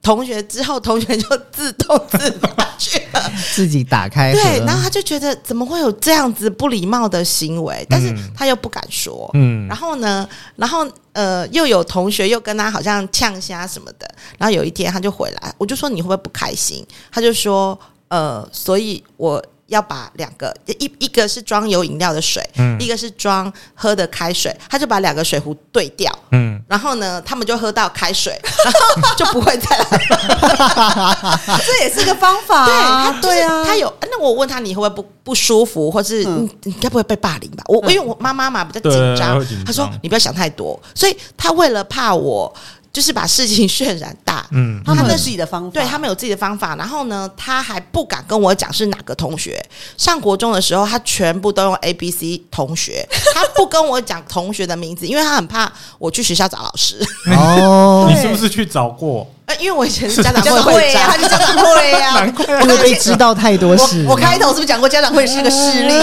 D: 同学之后，同学就自动自发去了。
A: 自己打开
D: 对，然后
A: 盒，
D: 他就觉得怎么会有这样子不礼貌的行为，但是
B: 嗯
D: 他又不敢说。
B: 嗯
D: 然，后呢，然后呃，又有同学又跟他好像呛虾什么的。然后有一天他就回来，我就说你会不会不开心？他就说呃，所以我要把两个一一个是装有饮料的水，
B: 嗯
D: 一个是装喝的开水，他就把两个水壶兑掉。
B: 嗯，
D: 然后呢，他们就喝到开水， 然后就不会再来了。
C: 啊这也是个方法
D: 对他
C: 啊，
D: 就是
C: 对啊，
D: 他有。那我问他你会不会不不舒服，或是
C: 嗯
D: 你你该不会被霸凌吧？我我因为我妈妈嘛比较紧
B: 对
D: 张
B: 会紧，张
D: 她说你不要想太多，所以她为了怕我就是把事情 渲染大，
B: 嗯
C: 他
D: 他
C: 们
D: 们
C: 有自己的方法，
D: 对他们有自己的方法，然后呢，他还不敢跟我讲是哪个同学。上国中的时候，他全部都用 A、B、C 同学，他不跟我讲同学的名字，因为他很怕我去学校找老师。
A: 哦
B: 你，是不是去找过？
D: 呃因为我以前是家 长
C: 家长
D: 会会
C: 会啊呀，他，
D: 长
C: 就家长会呀
B: 难。怪
A: 就会被知道太多事了。
C: 我我开头是不是嗯讲过家长会是个势力？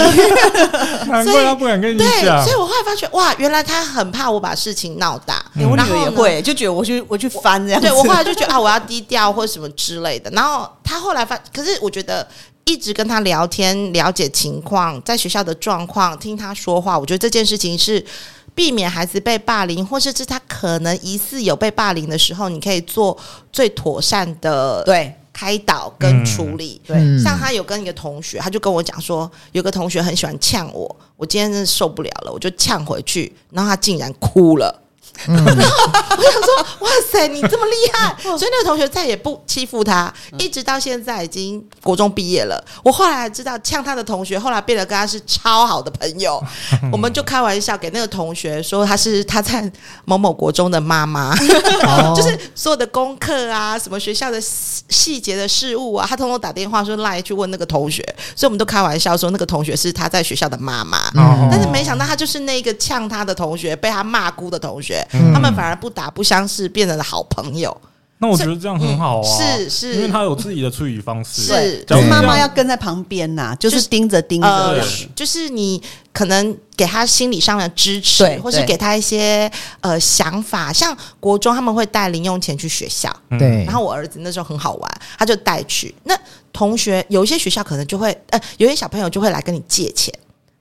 B: 难怪他不敢跟你
D: 对，
B: 讲
D: 所以。我后来发觉，哇，原来他很怕我把事情闹大。
C: 我
D: 然
C: 女
D: 后
C: 儿也
D: 呢
C: 会，就觉得我去我去翻这样子，
D: 对我后来就觉得啊，我要低调或什么之类的。然后他后来发，可是我觉得一直跟他聊天，了解情况，在学校的状况，听他说话，我觉得这件事情是。避免孩子被霸凌，或者是他可能疑似有被霸凌的时候，你可以做最妥善的
C: 对
D: 开导跟处理。
C: 对
A: 嗯
D: 像他有跟一个同学，他就跟我讲说，有 个同学很喜欢呛我，我今天真的受不了了，我就呛回去，然后他竟然哭了。
A: 嗯
D: 我想说，哇塞，你这么厉 害！所以那个同学再也不欺负他，一直
A: 嗯
D: 到现在已经国中毕业了。我后来知道，呛他的同学后来变得跟他是超好的朋 友。我们就开玩笑给那个同学说，他是他在某某国中的妈妈，
A: 哦
D: 就是 所有的功课啊，什么学校的细细节的事物啊，他通通打电话说赖去问那个同学。所以我们都开玩笑说，那个同学是他在学校的妈妈。
C: 嗯
A: 嗯
B: 哦
D: 但是没想到他就是那个呛他的同学，被他骂哭的同学，
B: 嗯
D: 他们反而不打不相识，变成了好朋友。
B: 那我觉得这样很好啊，
D: 是是
B: 因为他有自己的处理方式。
D: 是
B: 假如这
C: 就是妈
B: 样
C: 妈要跟在旁边呐，就是盯着盯着
D: 呃
C: 这样
B: 是
C: 子。，
D: 就是你可能给他心理上的支持
C: 对，
D: 或是
C: 对
D: 给他一些呃想法。像国中他们会带零用钱去学校，
B: 嗯
A: 对
D: 然，后我儿子那时候很好玩，他就带去。那同学有一些学校可能就会，呃，有些小朋友就会来跟你借钱。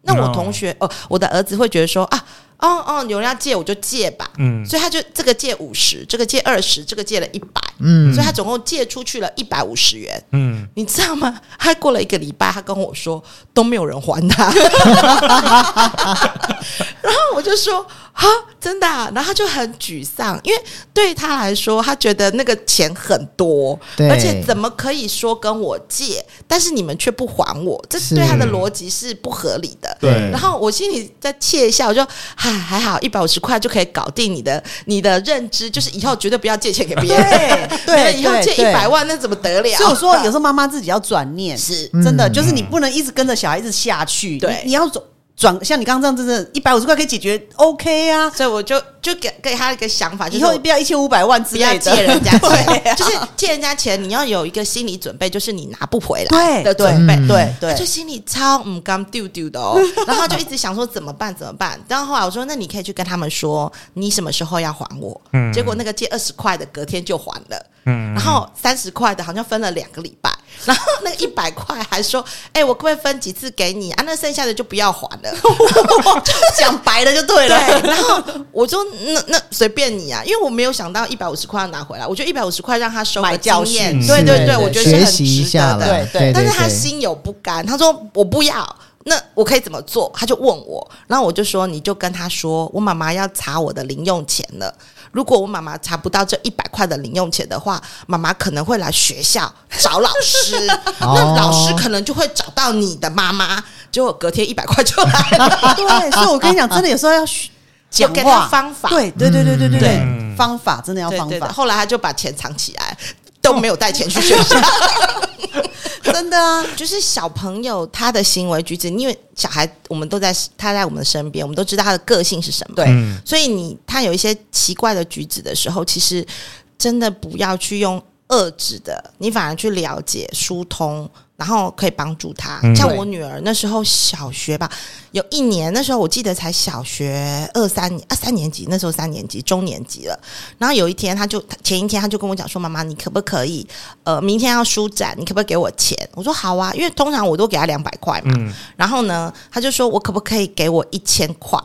D: 那我
B: 哦
D: 同学，哦、我的儿子会觉得说啊，哦哦，有人要借我就借吧，
B: 嗯
D: 所以他就这个借五十，这个借二十，这个借了一百，
A: 嗯
D: 所以他总共借出去了一百五十元。
B: 嗯，
D: 你知道吗？ 他过了一个礼拜，他跟我说都没有人还他， 然后我就说啊，真的、啊，然后他就很沮丧，因为对他来说，他觉得那个钱很多，
A: 对
D: 而且怎么可以说跟我借，但是你们却不还我，这
A: 是
D: 对他的逻辑是不合理的。
B: 对
D: 然后我心里在窃笑，我就唉，还好一百五十块就可以搞定你的你的认知，就是以后绝对不要借钱给别人，
C: 对对
D: 以后借一
C: 对
D: 百万那怎么得了？
C: 所以我说，有时候妈妈自己要转念，
D: 是
C: 真的，就是你不能一直跟着小孩子下去，
D: 对
C: 你你要转转，像你刚刚这样，真的，一百五十块可以解决，OK 啊，
D: 所以我就就给给他一个想法，就是
C: 以后
D: 我
C: 不要一千五百万之
D: 不要
C: 类的，
D: 借人家
C: 对
D: 钱，
C: 啊
D: 就是借人家钱，你要有一个心理准备，就是你拿不回来
C: 对
D: 的
C: 对
D: 准备。
A: 嗯
C: 对
D: 他就
C: 对，
D: 心里超嗯刚丢丢的哦， 然后他就一直想说怎么办怎么办。然后后来我说，那你可以去跟他们说，你什么时候要还我？
B: 嗯
D: 结果那个借二十块的隔天就还了，
B: 嗯
D: 然后三十块的好像分了两个礼拜， 然后那一百块还说，哎、我可不可以分几次给你啊？那剩下的就不要还 了。
C: 讲白了就对了，
D: 对，然后 我说那那随便你啊，因为我没有想到一百五十块要拿回来，我觉得一百五十块让他收个
C: 买教
D: 经验，
B: 训
D: 对
A: 是
D: 对
C: 对对
D: 对，我觉得是
A: 学
D: 很
A: 习一
D: 值
A: 下
D: 得
A: 啦，
D: 的。
A: 对对，
D: 但是他
A: 对
D: 心有不甘，他说我不要。那我可以怎么做？他就问我，然后我就说，你就跟他说，我妈妈要查我的零用钱了。如果我妈妈查不到这一百块的零用钱的话，妈妈可能会来学校找老师，那老
A: 哦
D: 师可能就会找到你的妈妈。结果隔天一百块就来了，
C: 对，所以我跟你讲，真的有时候要 学讲
D: 我给
C: 话
D: 他方法
C: 对对对对对对
B: 嗯
C: 对，方法真的要
D: 对
C: 方
D: 对对
C: 法，
D: 后来他就把钱藏起来，都没有带钱去学 校。
C: 真的啊，
D: 就是小朋友他的行为举止，因为小孩我们都在他在我们的身边，我们都知道他的个性是什么。
C: 对
B: 嗯
D: 所以你他有一些奇怪的举止的时候，其实真的不要去用遏制的，你反而去了解、疏通，然后可以帮助他。
B: 嗯
D: 像我女儿那时候小学吧，有一年那时候我记得才小学二三年啊三年级，那时候三年级中年级了。然后有一天，他就前一天他就跟我讲说：“妈妈，你可不可以呃明天要书展，你可不可以给我钱？”我说：“好啊，因为通常我都给他两百块嘛。
B: 嗯
D: 然后呢，他就说：“我可不可以给我一千块？”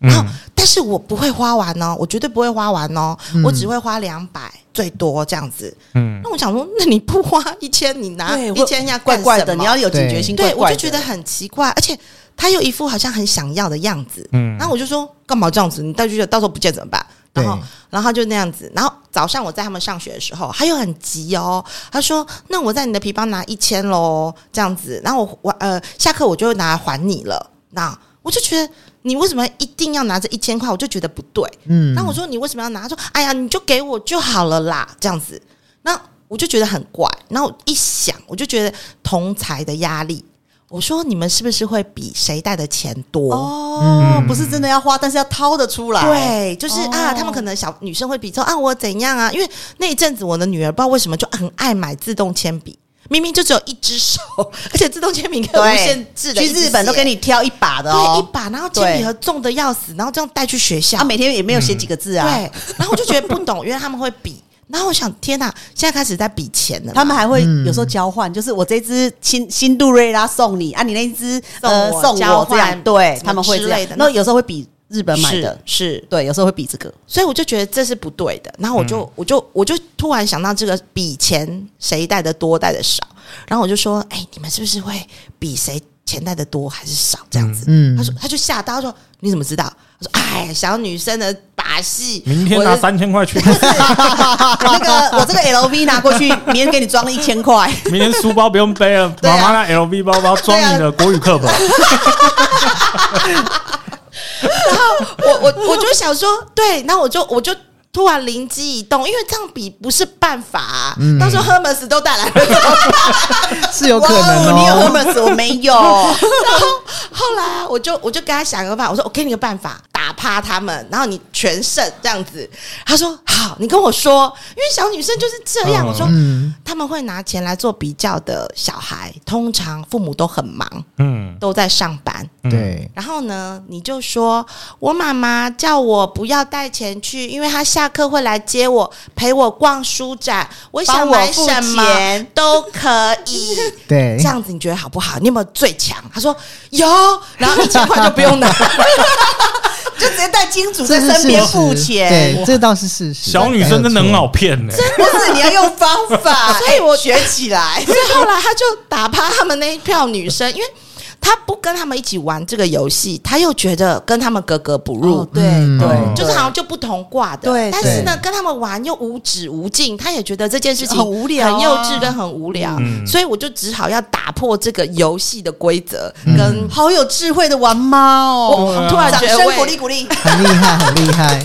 D: 然后
B: 嗯，
D: 但是我不会花完哦，我绝对不会花完哦，
C: 嗯
D: 我只会花两百最多这样子。
B: 嗯
D: 那我想说，那你不花一千，你拿
C: 对
D: 啊一千要
C: 怪
D: 干
C: 怪
D: 什
C: 的，
D: 么
C: 你要有警觉性，怪
D: 对，我
C: 怪
D: 就
C: 的
D: 觉得很奇怪，而且他又一副好像很想要的样子。
B: 嗯
D: 然后我就说，干嘛这样子？你带去了到时候不见怎么办？然后
A: 对，
D: 然后他就那样子。然后早上我在他们上学的时候，他又很急哦。他说：“那我在你的皮包拿一千喽，这样子。”然后我我呃，下课我就拿来还你了。那我就觉得你为什么一定要拿这一千块？我就觉得不对。
A: 嗯，
D: 那我说你为什么要拿？他说哎呀，你就给我就好了啦，这样子。那我就觉得很怪。然后一想，我就觉得同财的压力。我说你们是不是会比谁带的钱多？
A: 嗯
C: 哦，不是真的要花，但是要掏得出来，
D: 对，就是、啊，
C: 哦
D: 他们可能小女生会比说啊，我怎样啊？因为那一阵子我的女儿不知道为什么就很爱买自动铅笔，明明就只有一只手，而且自动铅笔可以无限制的一
C: 去
D: 直
C: 日本都给
D: 写
C: 你挑一把的
D: 对一
C: 哦，
D: 把，然后铅笔
C: 对
D: 盒重的要死，然后这样带去学校
C: 啊，，每天也没有写几个字啊，
D: 对，然后我就觉得不懂，原来他们会比。然后我想，天哪，现在开始在比钱了嘛。
C: 他们还会
A: 嗯
C: 有时候交换，就是我这只新新杜瑞拉送你啊，你那一只呃
D: 送我
C: 送
D: 交
C: 我这
D: 换
C: 样，对
D: 什么
C: 他们会
D: 之
C: 这样
D: 类的，
C: 那有时候会比日本买的，
D: 是是
C: 对，有时候会比这 个，
D: 所以我就觉得这是不对的。然后我就、我就我就突然想到这个比钱谁带的多带的少，然后我就说：“哎、你们是不是会比谁钱带的多还是少这样子？”
A: 嗯
D: 他说他就吓到，他说：“你怎么知道？”他说：“哎，小女生的把把戏。
B: 明天
D: 我
B: 拿
D: 的
B: 三千块去，
C: 我那个我这个 LV 拿过去，明天给你装一千块。
B: 明天书包不用背了，
D: 对
B: 妈
D: 啊
B: 妈那 LV 包包装你的国语课本。
D: 然后我我我就想说，对，那我就我就突然灵机一动，因为这样比不是办法、啊，到时候 Hermes 都带来了。
A: 是有可能
C: 哇你有
A: 哦。
C: Hermes，我没 有。
D: 然后后来啊，我就我就跟他想个办法，我说我给你个办法，打趴他们，然后你全胜这样子。他说好，你跟我说，因为小女生就是这样。
B: 嗯
C: 哦
D: 我说
A: 嗯，
D: 他们会拿钱来做比较的小孩，通常父母都很忙，
B: 嗯，
D: 都在上班。
B: 嗯，
A: 对，
D: 然后呢，你就说我妈妈叫我不要带钱去，因为她下课会来接我，陪我逛书展，我想
C: 帮我
D: 买
C: 付
D: 什么
C: 钱
D: 都可 以。
A: 对
D: 这，样子你觉得好不好？你有没有最强？他说有，然后一千块就不用拿。
C: 就直接带金主
A: 这
C: 在
A: 是
C: 身
A: 事
C: 边
A: 实
C: 付钱，
A: 对，这倒是事实。
B: 小女生真的很好骗呢。
C: 不是你要用方法，
D: 所以我
C: 哎学起来。
D: 所以后来他就打趴他们那一票女生，因为他不跟他们一起玩这个游戏，他又觉得跟他们格格不入。
C: 哦，对
A: 嗯
C: 对，
D: 就是好像就不同挂的，
C: 对
D: 但是呢，跟他们玩又无止无尽，他也觉得这件事情
C: 很无聊啊
D: 很幼稚跟很无聊，
B: 嗯
D: 所以我就只好要打破这个游戏的规则。
A: 嗯
D: 跟
C: 跟好有智慧的玩猫
D: 嗯我
C: 哦，
D: 突然
C: 掌
D: 觉得
C: 声
D: 我也
C: 鼓励鼓励。
A: 很厉害，很厉害。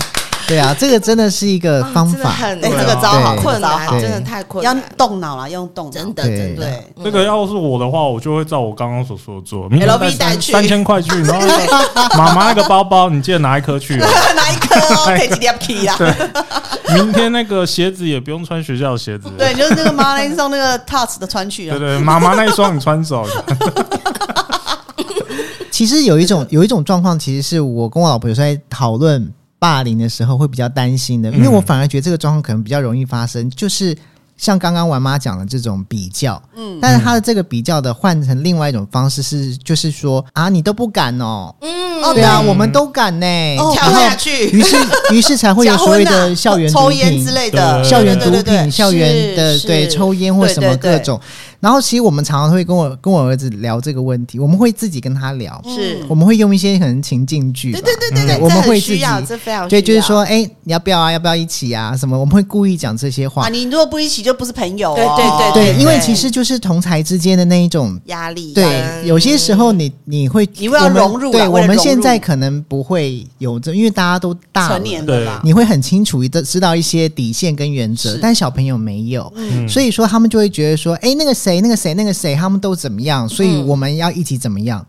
A: 对啊，这个真的是一个
D: 啊
A: 方
D: 真的
A: 法。
D: 很
C: 哎
B: 这个招
A: 好
D: 困
C: 这个招
D: 难，
A: 好
D: 真的太困
C: 要
D: 难，
C: 动脑啦，要用动脑，
D: 真的
A: 对
D: 真的
C: 对。
B: 这个要是我的话，我就会照我刚刚所说的做，明天
D: LV 带
B: 三
D: 去
B: 三千块去，然后那个妈妈那个包包，你记得拿一颗 去哦。
C: 哪一颗哦？可以几点 key 啦？
B: 明天那个鞋子也不用穿学校的鞋子。
C: 对，就是那个马来送那个 Touch 的穿去
B: 对
C: 啊，
B: 对，妈妈那一双你穿走，
A: 其实有一种有一种状况，其实是我跟我老婆有时候在讨论霸凌的时候会比较担心
C: 嗯
A: 的，因为我反而觉得这个状况可能比较容易发生，就是。像刚刚玩妈讲的这种比较，嗯，但是她的这个比较的换成另外一种方式是，就是说啊，你都不敢哦，
D: 嗯
C: 哦
A: 对啊，
B: 对
A: 我们都敢呢、
C: 哦
D: 跳下去
A: 于 是于是才会有
C: 结
A: 所谓
C: 婚啊
A: 的校园毒
C: 抽
A: 品
C: 烟之类的，
B: 对
A: 校园
C: 对
A: 毒
C: 对对
A: 品、
C: 对
A: 校园的
D: 是
A: 对
D: 是
A: 抽烟或什么
C: 对对
A: 各
C: 对
A: 种。然后其实我们常常会跟我跟我儿子聊这个问题，我们会自己跟他聊，
C: 嗯
D: 是
A: 我们会用一些可能情境剧吧，
D: 对对对对对，
A: 嗯嗯我们
D: 这
A: 会
D: 很
A: 自己
D: 需要，这非常需
C: 啊
A: 对，就是
D: 要
A: 说，哎，你要不要啊？要不要一起啊？什么？我们会故意讲这些话
C: 啊，，你如果不一起就不是朋友哦。
D: 对对
A: 对，
D: 对
A: 因为其实就是同才之间的那一种。
D: 压力
A: 对，有些时候你你会，
C: 嗯你会要
A: 我们
C: 融入啊
A: 对，我
C: 为了
A: 们
C: 融
A: 现
C: 入
A: 在可能不会有这，因为大家都大
C: 成
A: 了
C: 年的啦，
A: 你会很清楚的知道一些底线跟原则，但小朋友没有，所以说他们就会觉得说，哎，那个谁，那个谁，那个谁，他们都怎么样，所以我们要一起怎么样。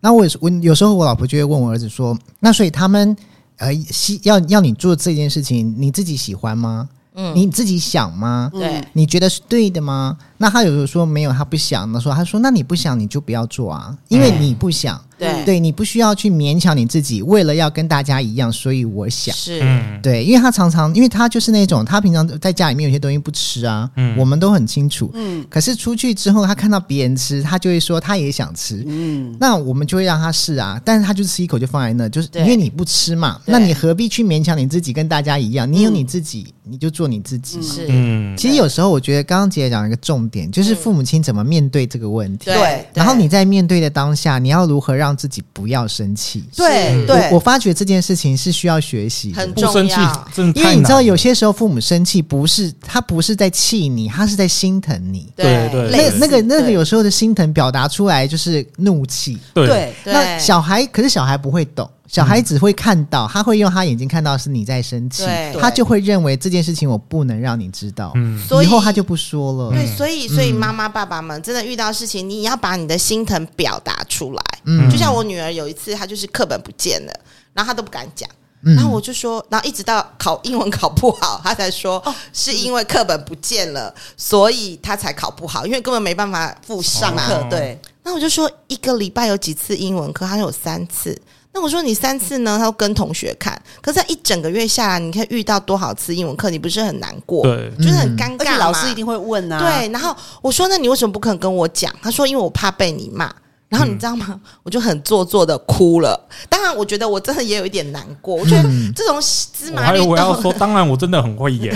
A: 那我也是我有时候我老婆就会问我儿子说，那所以他们呃希要要你做这件事情，你自己喜欢吗？嗯，你自己想吗？
C: 嗯
D: 对
A: 你觉得是对的吗？那他有时候说没有，他不想的时候，他说那你不想你就不要做啊，因为你不想，
C: 嗯
D: 对
A: 对你不需要去勉强你自己，为了要跟大家一样，所以我想。
D: 是
B: 嗯，
A: 对，因为他常常，因为他就是那种，他平常在家里面有些东西不吃啊，
B: 嗯
A: 我们都很清楚。嗯，可是出去之后，他看到别人吃，他就会说他也想吃。嗯，那我们就会让他试啊，但是他就吃一口就放在那，就是
D: 对
A: 因为你不吃嘛，
D: 对
A: 那你何必去勉强你自己跟大家一样？你有你自己，你就做你自己嘛。
D: 是
B: 嗯，
A: 其实有时候我觉得，刚刚姐姐讲一个重点，就是父母亲怎么面对这个问题。
D: 对，
A: 然后你在面对的当下，你要如何让自己不要生气？
C: 对对
A: 我我发觉这件事情是需要学习的，
D: 很
B: 不生气
D: 重要
B: 真的
A: 因
B: 太
A: 为你知道，
B: 难了
A: 有些时候父母生气不是他不是在气你，他是在心疼你。
B: 对对
A: 那
D: 类
A: 个
D: 似
A: 那个那个
D: 对
A: 有时候的心疼表达出来就是怒气。
B: 对，
C: 对
D: 对
A: 那小孩可是小孩不会懂，小孩只会看到，他会用他眼睛看到是你在生气
D: 对，
A: 他就会认为这件事情我不能让你知道，
B: 嗯，
D: 所以
A: 以后他就不说了。
D: 对，所以所以妈妈爸爸们真的遇到事情，你要把你的心疼表达出来。
A: 嗯
D: 就像我女儿有一次，她就是课本不见了，然后她都不敢讲。
A: 嗯
D: 然后我就说，然后一直到考英文考不好，她才说、
B: 哦
D: 是因为课本不见了，所以她才考不好，因为根本没办法复习
C: 上
B: 哦
D: 嘛。
C: 课对，
D: 那我就说一个礼拜有几次英文课？他说有三次。那我说你三次呢？他说跟同学看，可是他一整个月下来，你看遇到多少次英文课，你不是很难过？
B: 对嗯
D: 就是很尴
C: 而且
D: 尬嘛。
C: 老师一定会问啊，
D: 对，然后我说那你为什么不肯跟我讲？他说因为我怕被你骂。然后你知道吗？我就很做作的哭了。当然，我觉得我真的也有一点难过。我觉得这种芝
B: 我
D: 麻
B: 还
D: 绿
B: 以
D: 豆
B: 为要说，当然我真的很 会演，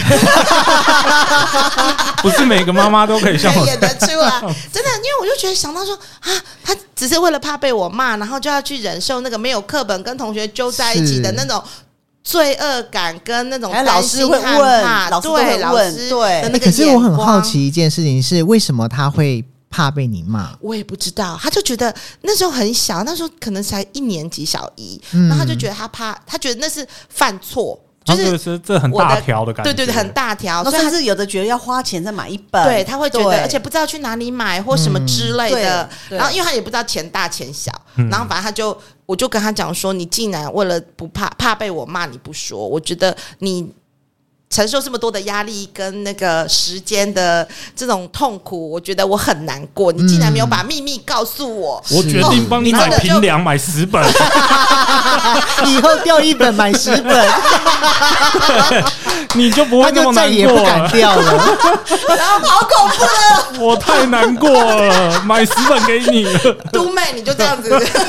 B: 不是每个妈妈都可以像我
D: 人。 演得出来，真的，因为我就觉得想到说啊，他只是为了怕被我骂，然后就要去忍受那个没有课本跟同学揪在一起的
A: 是
D: 那种罪恶感跟那种
E: 还有
D: 担
E: 老师
D: 心
E: 会
D: 害
E: 问
D: 怕
E: 老师都
D: 对
E: 会
D: 老
E: 问
D: 师
E: 对
D: 的
E: 哎
D: 那个
A: 可是我很
D: 眼
A: 好
D: 光
A: 奇一件事情是，为什么他会怕被你 骂？
D: 我也不知道，他就觉得那时候很小，那时候可能才一年级小一，
A: 嗯
D: 然后他就觉得他怕，他觉得那是犯错，就
B: 然后这
D: 是
B: 个是这很
D: 我的
B: 大条的感觉，
D: 对对对，很大条，
C: 然后
D: 所以他
C: 甚至有的觉得要花钱再买一本，
D: 对他会觉
E: 对
D: 得，而且不知道去哪里买或什么之类的
E: 嗯，对对
D: 然后因为他也不知道钱大钱小，
B: 嗯
D: 然后反正他就我就跟他讲说，你竟然为了不怕怕被我骂你不说，我觉得你。承受这么多的压力跟那个时间的这种痛苦，我觉得我很难过。你竟然
B: 嗯
D: 没有把秘密告诉我，
B: 我决定帮你
D: 哦
B: 买
D: 你真的
B: 平
D: 就
B: 凉，买十本，
A: 以后掉一本买十 本，
B: 你就不会
A: 他就
B: 那么
A: 再
B: 难
A: 也不
B: 过
A: 敢
B: 了。
A: 掉了。
B: 我太难过了，买十本给你了，
D: 都妹你就这样子，
E: 你就这样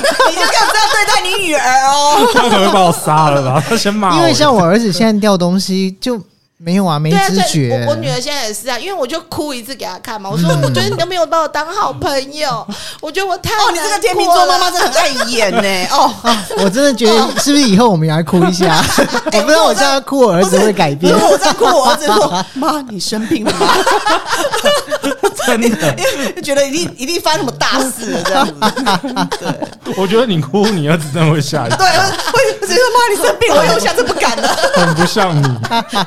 E: 这样对待你女儿 哦。
B: 他可能会把我杀了吧？他先骂啊我，
A: 因为像我儿子现在掉东西就没有啊， 没
D: 对啊，
A: 知
D: 对
A: 觉嗯
D: 我。我女儿现在也是啊，因为我就哭一次给她看嘛，我说我觉得你都没有把我当好朋友，我觉得我太
C: 哦，你这个天秤座妈妈 真的很爱演呢、 哦，
A: 啊，我真的觉得是不是以后我们也来哭一下？我不知道我这样哭，我儿子会改变
C: 如。果我在哭，我儿子 说：“妈，你生病了吗
B: 真的，？”
C: 就觉得一定一定发生什么大事了这 样子。
B: 我觉得你哭，你儿子真的会吓一跳，
C: 对，我我觉得妈你生病了，我以后下次不敢了。
B: 很不像 你。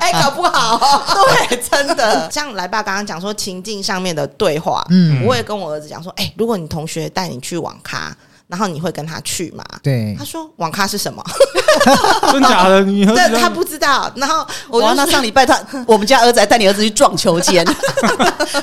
C: 哎，搞不好，哦对，真的。
D: 呃像来爸刚刚讲说情境上面的对话，
A: 嗯
D: 嗯，我也跟我儿子讲说，哎、如果你同学带你去网咖，然后你会跟他去吗？
A: 对
D: 他，说网咖是什么？
B: 真假的？你儿
D: 对
B: 子
D: 他不知道。然后我
C: 我
D: 就
C: 让他
D: 说
C: 上礼拜他，我们家儿子还带你儿子去撞球 间，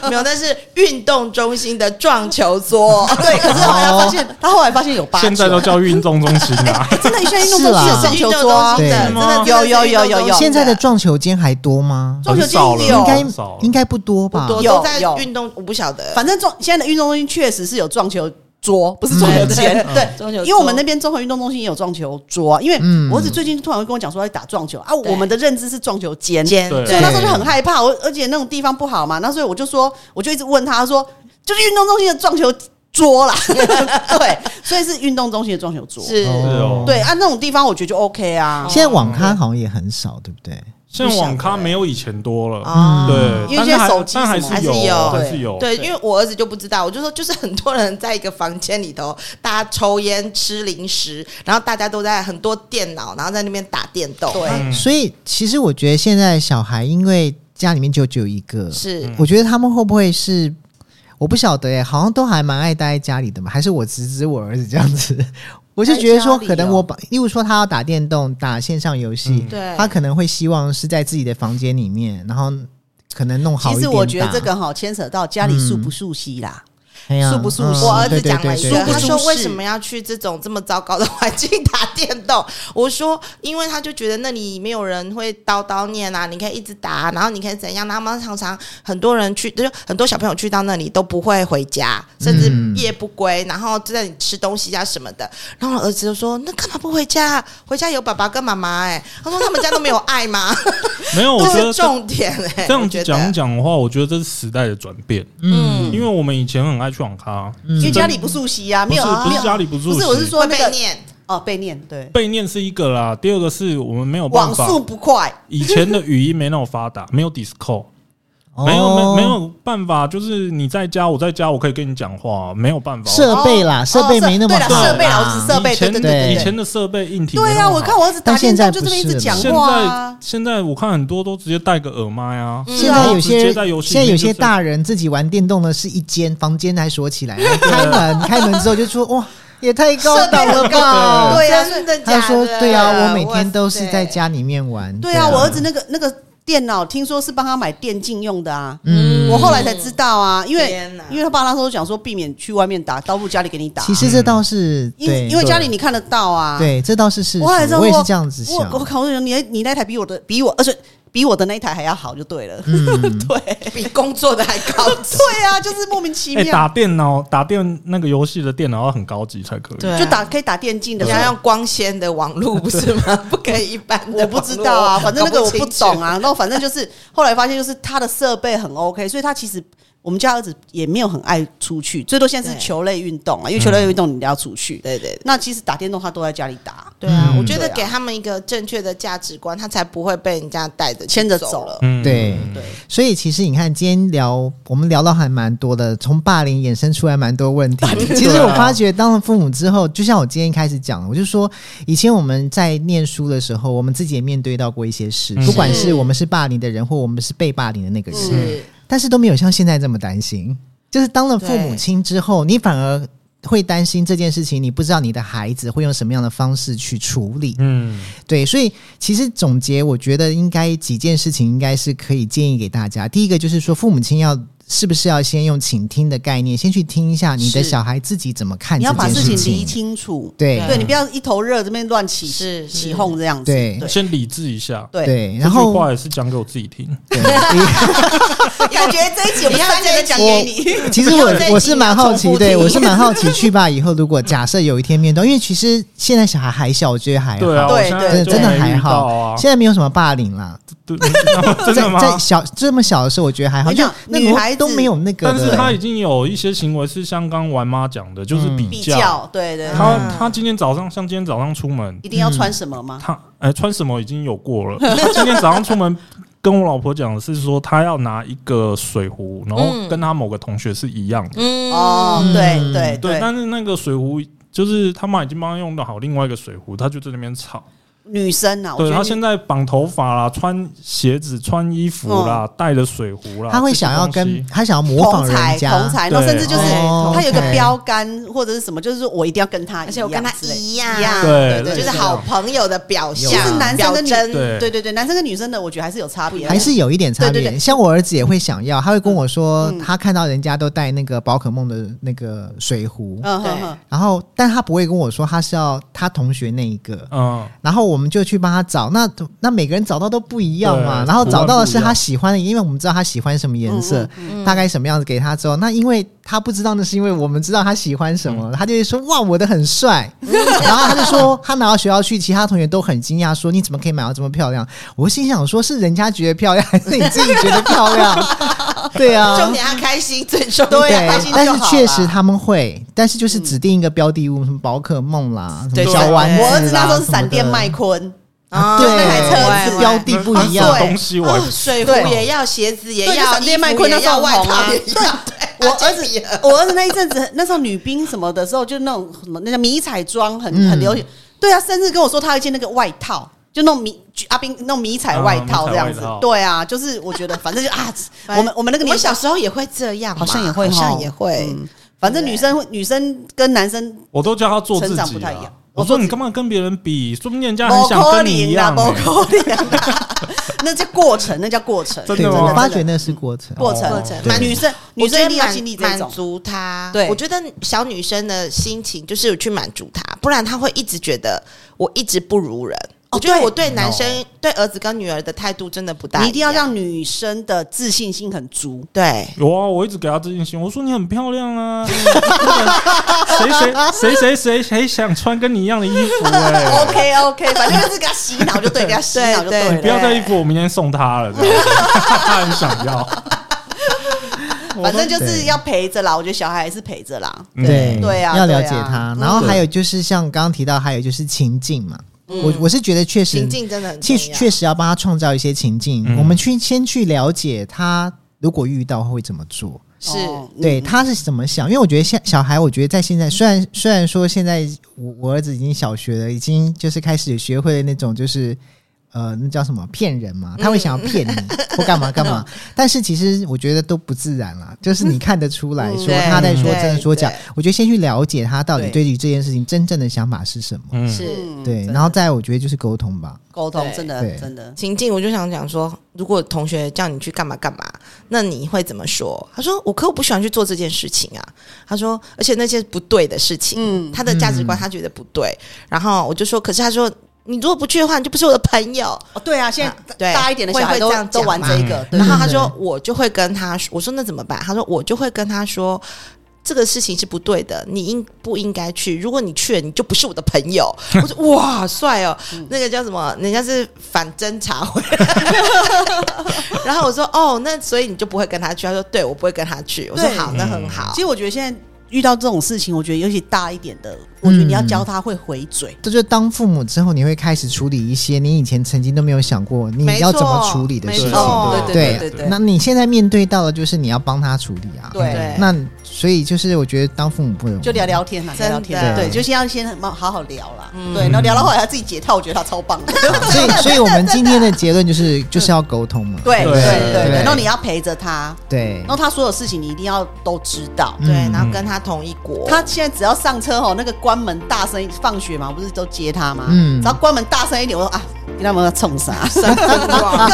D: 没有，那是运动中心的撞球桌。
C: 哦对，可是后来发现，他后来发现有八球，
B: 现在都叫运动中心啊，
C: 真的，现在运动中心有撞球桌啊，
A: 对
D: 真的
A: 是
D: 真
B: 吗
D: 的
C: 有有有有有
A: 现在的撞球间还多吗？
C: 撞球
B: 很少
C: 间
B: 了
C: 也
A: 应
C: 有
A: 该
B: 很少了
A: 应该不多吧？
D: 多
C: 有
D: 都在
C: 有
D: 运动，我不晓得。
C: 反正撞现在的运动中心确实是有撞球桌，不是撞球间，
B: 嗯
C: 对。
D: 中
C: 因为我们那边综合运动中心也有撞球桌啊，因为
A: 嗯
C: 我儿子最近突然会跟我讲说要去打撞球啊，
D: 对
C: 我们的认知是撞球间，所
D: 间
B: 对
C: 以那时候就很害怕，我而且那种地方不好嘛，那所以我就说，我就一直问他说，就是运动中心的撞球桌啦， 对，所以是运动中心的撞球桌，
D: 是
A: 哦
B: 哦
C: 对啊，那种地方我觉得就 OK 啊，
A: 现在网咖好像也很少，对不欸对？
B: 现在网咖没有以前多了。
A: 嗯
D: 啊。
B: 对，
C: 嗯因为
B: 但是
C: 现在
B: 还
C: 手机
B: 但还
C: 什么
B: 是
D: 还是
B: 有，啊
D: 有
B: 还是有。
D: 对，因为我儿子就不知道，我就说就是很多人在一个房间里头，大家抽烟吃零食，然后大家都在很多电脑，然后在那边打电动。
C: 对
B: 嗯
A: 所以其实我觉得现在小孩因为家里面就只有一个，
D: 是
A: 我觉得他们会不会是？我不晓得哎、好像都还蛮爱待在家里的嘛，还是我只指我儿子这样子？我就觉得说，可能我把，例如说他要打电动、打线上游戏
B: 嗯，
D: 对
A: 他可能会希望是在自己的房间里面，然后可能弄好一
C: 其
A: 点嗯
C: 实
A: 打。
C: 我觉得这个哈牵扯到家里熟不熟悉啦，
A: 哎呀
C: 素不素
A: 嗯
C: 食
D: 我儿子讲
A: 对
D: 了
A: 对
D: 一
A: 对
D: 个，
A: 对
D: 他说
C: 舒适
D: 为什么要去这种这么糟糕的环境打电动？我说，因为他就觉得那里没有人会叨叨念啊，你可以一直打，然后你可以怎样？然后妈妈常常很多人去，就是很多小朋友去到那里都不会回家，甚至
A: 嗯
D: 夜不归，然后就在那里吃东西啊什么的。然后我儿子就说：“那干嘛不回家？回家有爸爸跟妈妈。”哎，他说他们家都没有爱吗？
B: 没有，我
D: 这
B: 觉得
D: 是
B: 哦这
D: 重点哎、
B: 这样
D: 我
B: 子
D: 觉
B: 讲
D: 得。
B: 讲的话，我觉得这是时代的转变。
A: 嗯
B: 因为我们以前很爱去网咖，
C: 因为家里不熟悉啊，
B: 嗯不
C: 嗯没
B: 是
C: 有
B: 不
C: 没
B: 是
C: 有
B: 家里不住，
C: 不是我是说
D: 会
C: 那
D: 被
C: 个
D: 念，
C: 哦被念对，
B: 背念是一个啦，第二个是我们没有办
C: 网
B: 法，
C: 速不快，
B: 以前的语音没那么发达，没有 Discord，
A: 哦
B: 没有没没有办法，就是你在家，我在家，我可以跟你讲话，没有办法。
A: 设备啦，
C: 哦
A: 设备没那么
C: 对啦
A: 好啦
C: 设备啦我只设备
B: 以前
C: 对
A: 对对对
B: 以前的设备硬体没那
C: 对
B: 么
C: 啊，
B: 好
C: 我看我儿子打
A: 但
C: 电
A: 现在
C: 动就这边一
A: 不是
C: 直
A: 了
C: 讲
B: 现
C: 话
B: 在
C: 啊，
B: 现在我看很多都直接戴个耳麦啊，
C: 嗯
A: 现在有
B: 直
A: 些
B: 接在游戏里
A: 现
B: 面
A: 在有些
B: 就
A: 大人自己玩电动呢，是一间房间还锁 起来，
B: 啊
A: 开门开门之后就说哇，也太高档了吧。
C: 对啊
D: 真的
A: 他
D: 假的？
A: 说：“对啊，我每天都是
D: 哇塞
A: 在家里面玩。”
C: 对啊，我儿子那个那个电脑听说是帮他买电竞用的啊。
A: 嗯，
C: 我后来才知道啊，因为
D: 天哪
C: 因为他爸那时候讲说避免去外面打，倒不如家里给你打，
A: 其实这倒是
C: 因
A: 对，
C: 因为家里你看得到啊。，
A: 对，这倒是事实。
C: 我后来知道
A: 我也是这样子想
C: 我。我考虑你你那台比我的比我，而且比我的那一台还要好就对了。
A: 嗯，
C: 对
D: 比工作的还 高 级。
C: 对啊，就是莫名其
B: 哎、
C: 妙。
B: 打电脑打电那个游戏的电脑要很高级才可以。
D: 对啊
C: 就打可以打电竞的
D: 你，要用光纤的网络不是 吗？不可以一般的，
C: 我不知道啊，反正那个我不懂。啊。然后反正就是后来发现，就是他的设备很 OK，所以他其实我们家儿子也没有很爱出去，最多现在是
D: 对
C: 球类运动啊，因为球类运动你要出去。
D: 对对，
C: 那其实打电动他都在家里打，
D: 对啊，
A: 嗯
D: 我觉得给他们一个正确的价值观，他才不会被人家带着
C: 牵着走
D: 走了。
B: 嗯
A: 对
D: 对，
A: 所以其实你看，今天聊我们聊到还蛮多的，从霸凌衍生出来蛮多问题。其实我发觉，当了父母之后，就像我今天开始讲的，我就说，以前我们在念书的时候，我们自己也面对到过一些事，
B: 嗯
A: 不管是我们是霸凌的人，或我们是被霸凌的那个人，
D: 是，
A: 但是都没有像现在这么担心。就是当了父母
D: 对
A: 亲之后，你反而会担心这件事情，你不知道你的孩子会用什么样的方式去处理。
B: 嗯，
A: 对，所以其实总结，我觉得应该几件事情应该是可以建议给大家。第一个就是说，父母亲要是不是要先用倾听的概念，先去听一下你的
C: 是
A: 小孩自己怎么看
C: 你
A: 这
C: 要把
A: 件
C: 事
A: 事
C: 情理
A: 情。嗯
C: 清楚，
A: 对
C: 对你不要一头热这边乱起
D: 是
C: 起
D: 是
C: 哄这样子，
A: 对
B: 先理智一下。
C: 对
A: 对，
B: 这
A: 然
B: 句
A: 后
B: 话也是讲给我自己听。
E: 感觉这一集我们三个人讲给你，
A: 其实
E: 不要再
A: 我我
E: 提
A: 是
E: 了
A: 蛮好
E: 重
A: 奇，
E: 复
A: 对
E: 听
A: 我是 蛮好奇，去吧以后如果假设有一天面对，因为其实现在小孩还小，我觉得还哎好，
B: 对啊，我
E: 对
B: 现
E: 对
B: 在
A: 真
B: 就
A: 的真的
B: 没遇
A: 还
B: 到
A: 好，
B: 啊。
A: 现在没有什么霸凌啦。
B: 对， 真的吗？
A: 在小这么小的时候，我觉得还好，
C: 我
A: 就
C: 讲
A: 那
C: 女
A: 个
C: 孩
A: 都
C: 子
A: 没有那个
B: 但
A: 的，
B: 是他已经有一些行为是像刚玩妈讲的，就是
A: 嗯
B: 比
C: 比
B: 较。
C: 较，对对，
B: 他
D: 嗯
B: 他今天早上像今天早上出门，
C: 一定要穿什么吗？
B: 他哎、穿什么已经有过了。 他今天早上出门跟我老婆讲的是说，他要拿一个水壶，然后
D: 嗯
B: 跟他某个同学是一样的。
D: 嗯
C: 哦，对对
B: 嗯对，
C: 对，
B: 但是那个水壶就是他妈已经帮他用到好另外一个水壶，他就在那边吵。
C: 女生啊，我
B: 对
C: 觉
B: 他
C: 得
B: 现在绑头发啦，穿鞋子、穿衣服
C: 哦
B: 啦，带着水壶啦，
A: 他会
B: 这些
A: 想要
B: 东西
A: 跟他想要模仿
C: 同
A: 人
C: 才
A: 家，
C: 同才，然后
B: 对
C: 甚至就是
A: 哦
C: 他有一个
A: OK
C: 标杆或者是什么，就是说我一定要跟他一样之类的，
D: 而且我跟他一样，
C: 一样
B: 对
D: 对，
B: 类
D: 就
B: 似
D: 是好朋友的表
A: 有
D: 象，
A: 啊就是
C: 男生
D: 表
C: 跟女
D: 征，
B: 对
C: 对对对，男生跟女生的我觉得还是有差别的，
A: 还是有一点差
C: 对对
A: 别。
C: 对
A: 像我儿子也会想要，他会跟我说，
C: 嗯
A: 他看到人家都带那个宝可梦的那个水壶，
C: 嗯
D: 对
C: 哼哼，
A: 然后但他不会跟我说他是要他同学那一个。
B: 嗯，
A: 然后我们就去帮他找，那那每个人找到都不一样嘛。
B: 对
A: 然后找到的是
B: 图案不一
A: 他
B: 样
A: 喜欢的，因为我们知道他喜欢什么颜色，
C: 嗯
A: 大概什么样子给他之后，那因为他不知道那是因为我们知道他喜欢什么，他就会说哇我的很帅， 然后他就说他拿到学校去，其他同学都很惊讶说你怎么可以买到这么漂亮？我心想说是人家觉得漂亮，还是你自己觉得漂 亮？对啊，
D: 重点他开心最重要，
A: 对
C: 啊
D: 啊开心就
A: 但是
D: 好
A: 确
D: 了
A: 实他们会，但是
C: 嗯
A: 就是指定一个标的物，什么宝可梦啦，什
D: 对
A: 么小丸子
C: 我
A: 啦，
C: 儿子那时候
A: 哎什么
C: 是闪电
A: 的
C: 麦昆，
A: 啊
D: 啊
A: 对，
C: 就那台车
A: 是
C: 子
A: 标的不一
B: 那什么
A: 样，
B: 东西我还不
C: 啊
D: 哦水壶
C: 对
D: 也要，鞋子也
C: 对就
D: 要，
C: 闪电
D: 衣服
C: 麦昆那
D: 也
C: 时候很
D: 要，外
C: 红啊
D: 套也要。
C: 我儿子
D: 他就比了，
C: 我儿子那一阵子， 那时候女兵什么的时候，就那种什么那叫迷彩装很
A: 嗯
C: 很流行。对啊，甚至跟我说他有一件那个外套，就那种迷阿兵那种迷彩外套
B: 啊迷彩
C: 这样子
B: 外套。
C: 对啊，就是我觉得反正就啊，
D: 反
C: 我们我们那个
D: 我
C: 年代
D: 小时候也会这样嘛，
C: 好像也会，
D: 好像也会。
C: 嗯反正女生会女生跟男生
B: 我都叫他做自己、
C: 成
B: 啊，
C: 长不太一样
B: 我说你干嘛跟别人比？说不定人家很想跟你一样、
C: 不
B: 欸。
A: 哦
C: 可能啊，那叫过程，那叫过程。
B: 真
A: 对，
B: 的吗
A: 我发觉那是过程。
C: 过程
B: 哦
D: 过程
A: 对
C: 女生女
D: 我觉
C: 生一
D: 得
C: 定要
D: 满
C: 经历这
D: 满
C: 种。
D: 足她。
C: 对
D: 我觉得小女生的心情就是有去满足她，不然她会一直觉得我一直不如人。我觉得
C: 对
D: 我对男生、对儿子跟女儿的态度真的不大样，
C: 你一定要让女生的自信心很足，
D: 对。
B: 有啊，我一直给他自信心，我说你很漂亮啊， 谁谁谁谁谁谁想穿跟你一样的衣服哎、
C: OK OK，反正就是给他洗脑就 对，给他洗脑就对
D: 对
C: 了。
D: 对
B: 你不要再衣服，我明天送他了，这样 子他很想要。
C: 反正就是
A: 对
C: 要陪着啦。我觉得小孩还是陪着啦。
B: 嗯
A: 对嗯
C: 对啊
A: 要
C: 对
A: 了
C: 啊
A: 解他。然后还有就是像刚刚提到，还有就是情境嘛。我我是觉得确实
D: 情境真的很重
A: 确
D: 要，
A: 实确实要帮他创造一些情境，
B: 嗯
A: 我们去先去了解他如果遇到会怎么做，
D: 是
C: 哦
A: 对
C: 嗯
A: 他是怎么想。因为我觉得现小孩，我觉得在现在虽然虽然说现在我我儿子已经小学了，已经就是开始学会了那种就是。呃，那叫什么骗人
D: 嗯
A: 嘛？他会想要 骗你、或干嘛干嘛？但是其实我觉得都不自然啦，就是你看得出来说
D: 嗯对
A: 他在说真
D: 对
A: 说假
D: 对。
A: 我觉得先去了解他到底对
C: 对
A: 于这件事情真正的想法是什么，
B: 嗯，
D: 是
C: 嗯
A: 对，
C: 真的
A: 然后再来我觉得就是沟通吧。
C: 沟通
D: 对
C: 真的
A: 对
C: 真的
D: 情境，我就想讲说，如果同学叫你去干嘛干嘛，那你会怎么说？他说：“我可我不喜欢去做这件事情啊。”他说：“而且那些不对的事情，
C: 嗯
D: 他的价值观他觉得不对。然后我就说：“可是他说，你如果不去的话，你就不是我的朋友。
C: 哦，对啊，现在
D: 啊对
C: 大一点的小孩都
D: 会会这样
C: 都
D: 讲
C: 玩
D: 嘛
C: 这个，对
D: 然后他说
A: 嗯：“
D: 我就会跟他说，我说那怎么办？”他说：“我就会跟他说。”这个事情是不对的，你应不应该去？如果你去了，你就不是我的朋友。 我说哇，帅哦，
C: 嗯
D: 那个叫什么？人家是反侦查 会。然后我说哦，那所以你就不会跟他去？他说对，我不会跟他去。我说
C: 对
D: 好，那
B: 嗯
D: 很好
A: 嗯
C: 其。实我觉得现在遇到这种事情，我觉得尤其大一点的，过去，你要教他会回嘴。
A: 这就是当父母之后，你会开始处理一些你以前曾经都没有想过你
D: 没
A: 要
D: 错
A: 怎么处理的
D: 没
A: 事
D: 错
A: 情。
D: 哦
C: 对
A: 对
C: 对对
A: 那
C: 对，
A: 你现在面对到的就是你要帮他处理啊。
C: 对
A: 嗯那所以就是我觉得当父母不容易，
C: 就聊聊天啦，啊
D: 真
C: 聊
D: 的
C: 聊天，对，
A: 对
C: 就是要先好好好聊啦，对，然后聊到后来他自己解套，我觉得他超棒的，
A: 所以，所以我们今天的结论就是，就是要沟通嘛。
C: 对
B: 对
C: 对对
A: 对
C: 对，然后你要陪着他，
A: 对
C: 然后他所有事情你一定要都知道。
D: 对，
A: 嗯
D: 然后跟他同一国，
C: 他现在只要上车吼，那个关门大声，放学嘛，我不是都接他嘛，
A: 嗯
C: 只要关门大声一点，我说啊，你那么要冲啥？
D: 哇
C: 根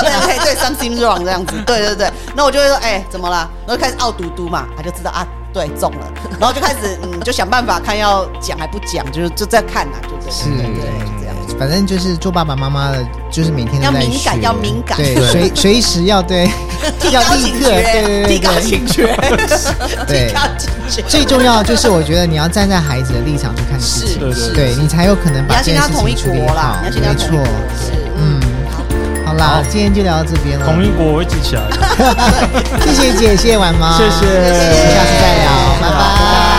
C: 本哎 对 something wrong 这样子，对对对，那我就会说哎、怎么了？然后就开始傲嘟嘟嘛，他就知道啊对中了，然后就开始嗯就想办法看要讲还不讲，就是就在看呐、就对
A: 是
C: 对对对，这样。
A: 反正就是做爸爸妈妈的，就是每天都
C: 要
A: 在
C: 敏感
A: 学
C: 要敏感
A: 对，
B: 对
A: 随随时要 对，要立刻，对对
C: 提
A: 对
C: 高警觉，
A: 对对
C: 提。高警觉。
A: 最重要的就是，我觉得你要站在孩子的立场去看事情，
B: 是是
A: 对你才有可能
C: 你
A: 把
C: 要
A: 这
C: 先
A: 件
C: 跟他
A: 事
C: 同一
A: 情处理
C: 国
A: 好
C: 啦，你要。先
A: 没
C: 跟他同一
A: 错
C: 国，，是
A: 嗯，好啦，今天就聊到这边了，
B: 同一国我会记起来的。
A: 谢谢姐，谢谢婉毛，
B: 谢谢
A: 我们下次再聊，拜拜。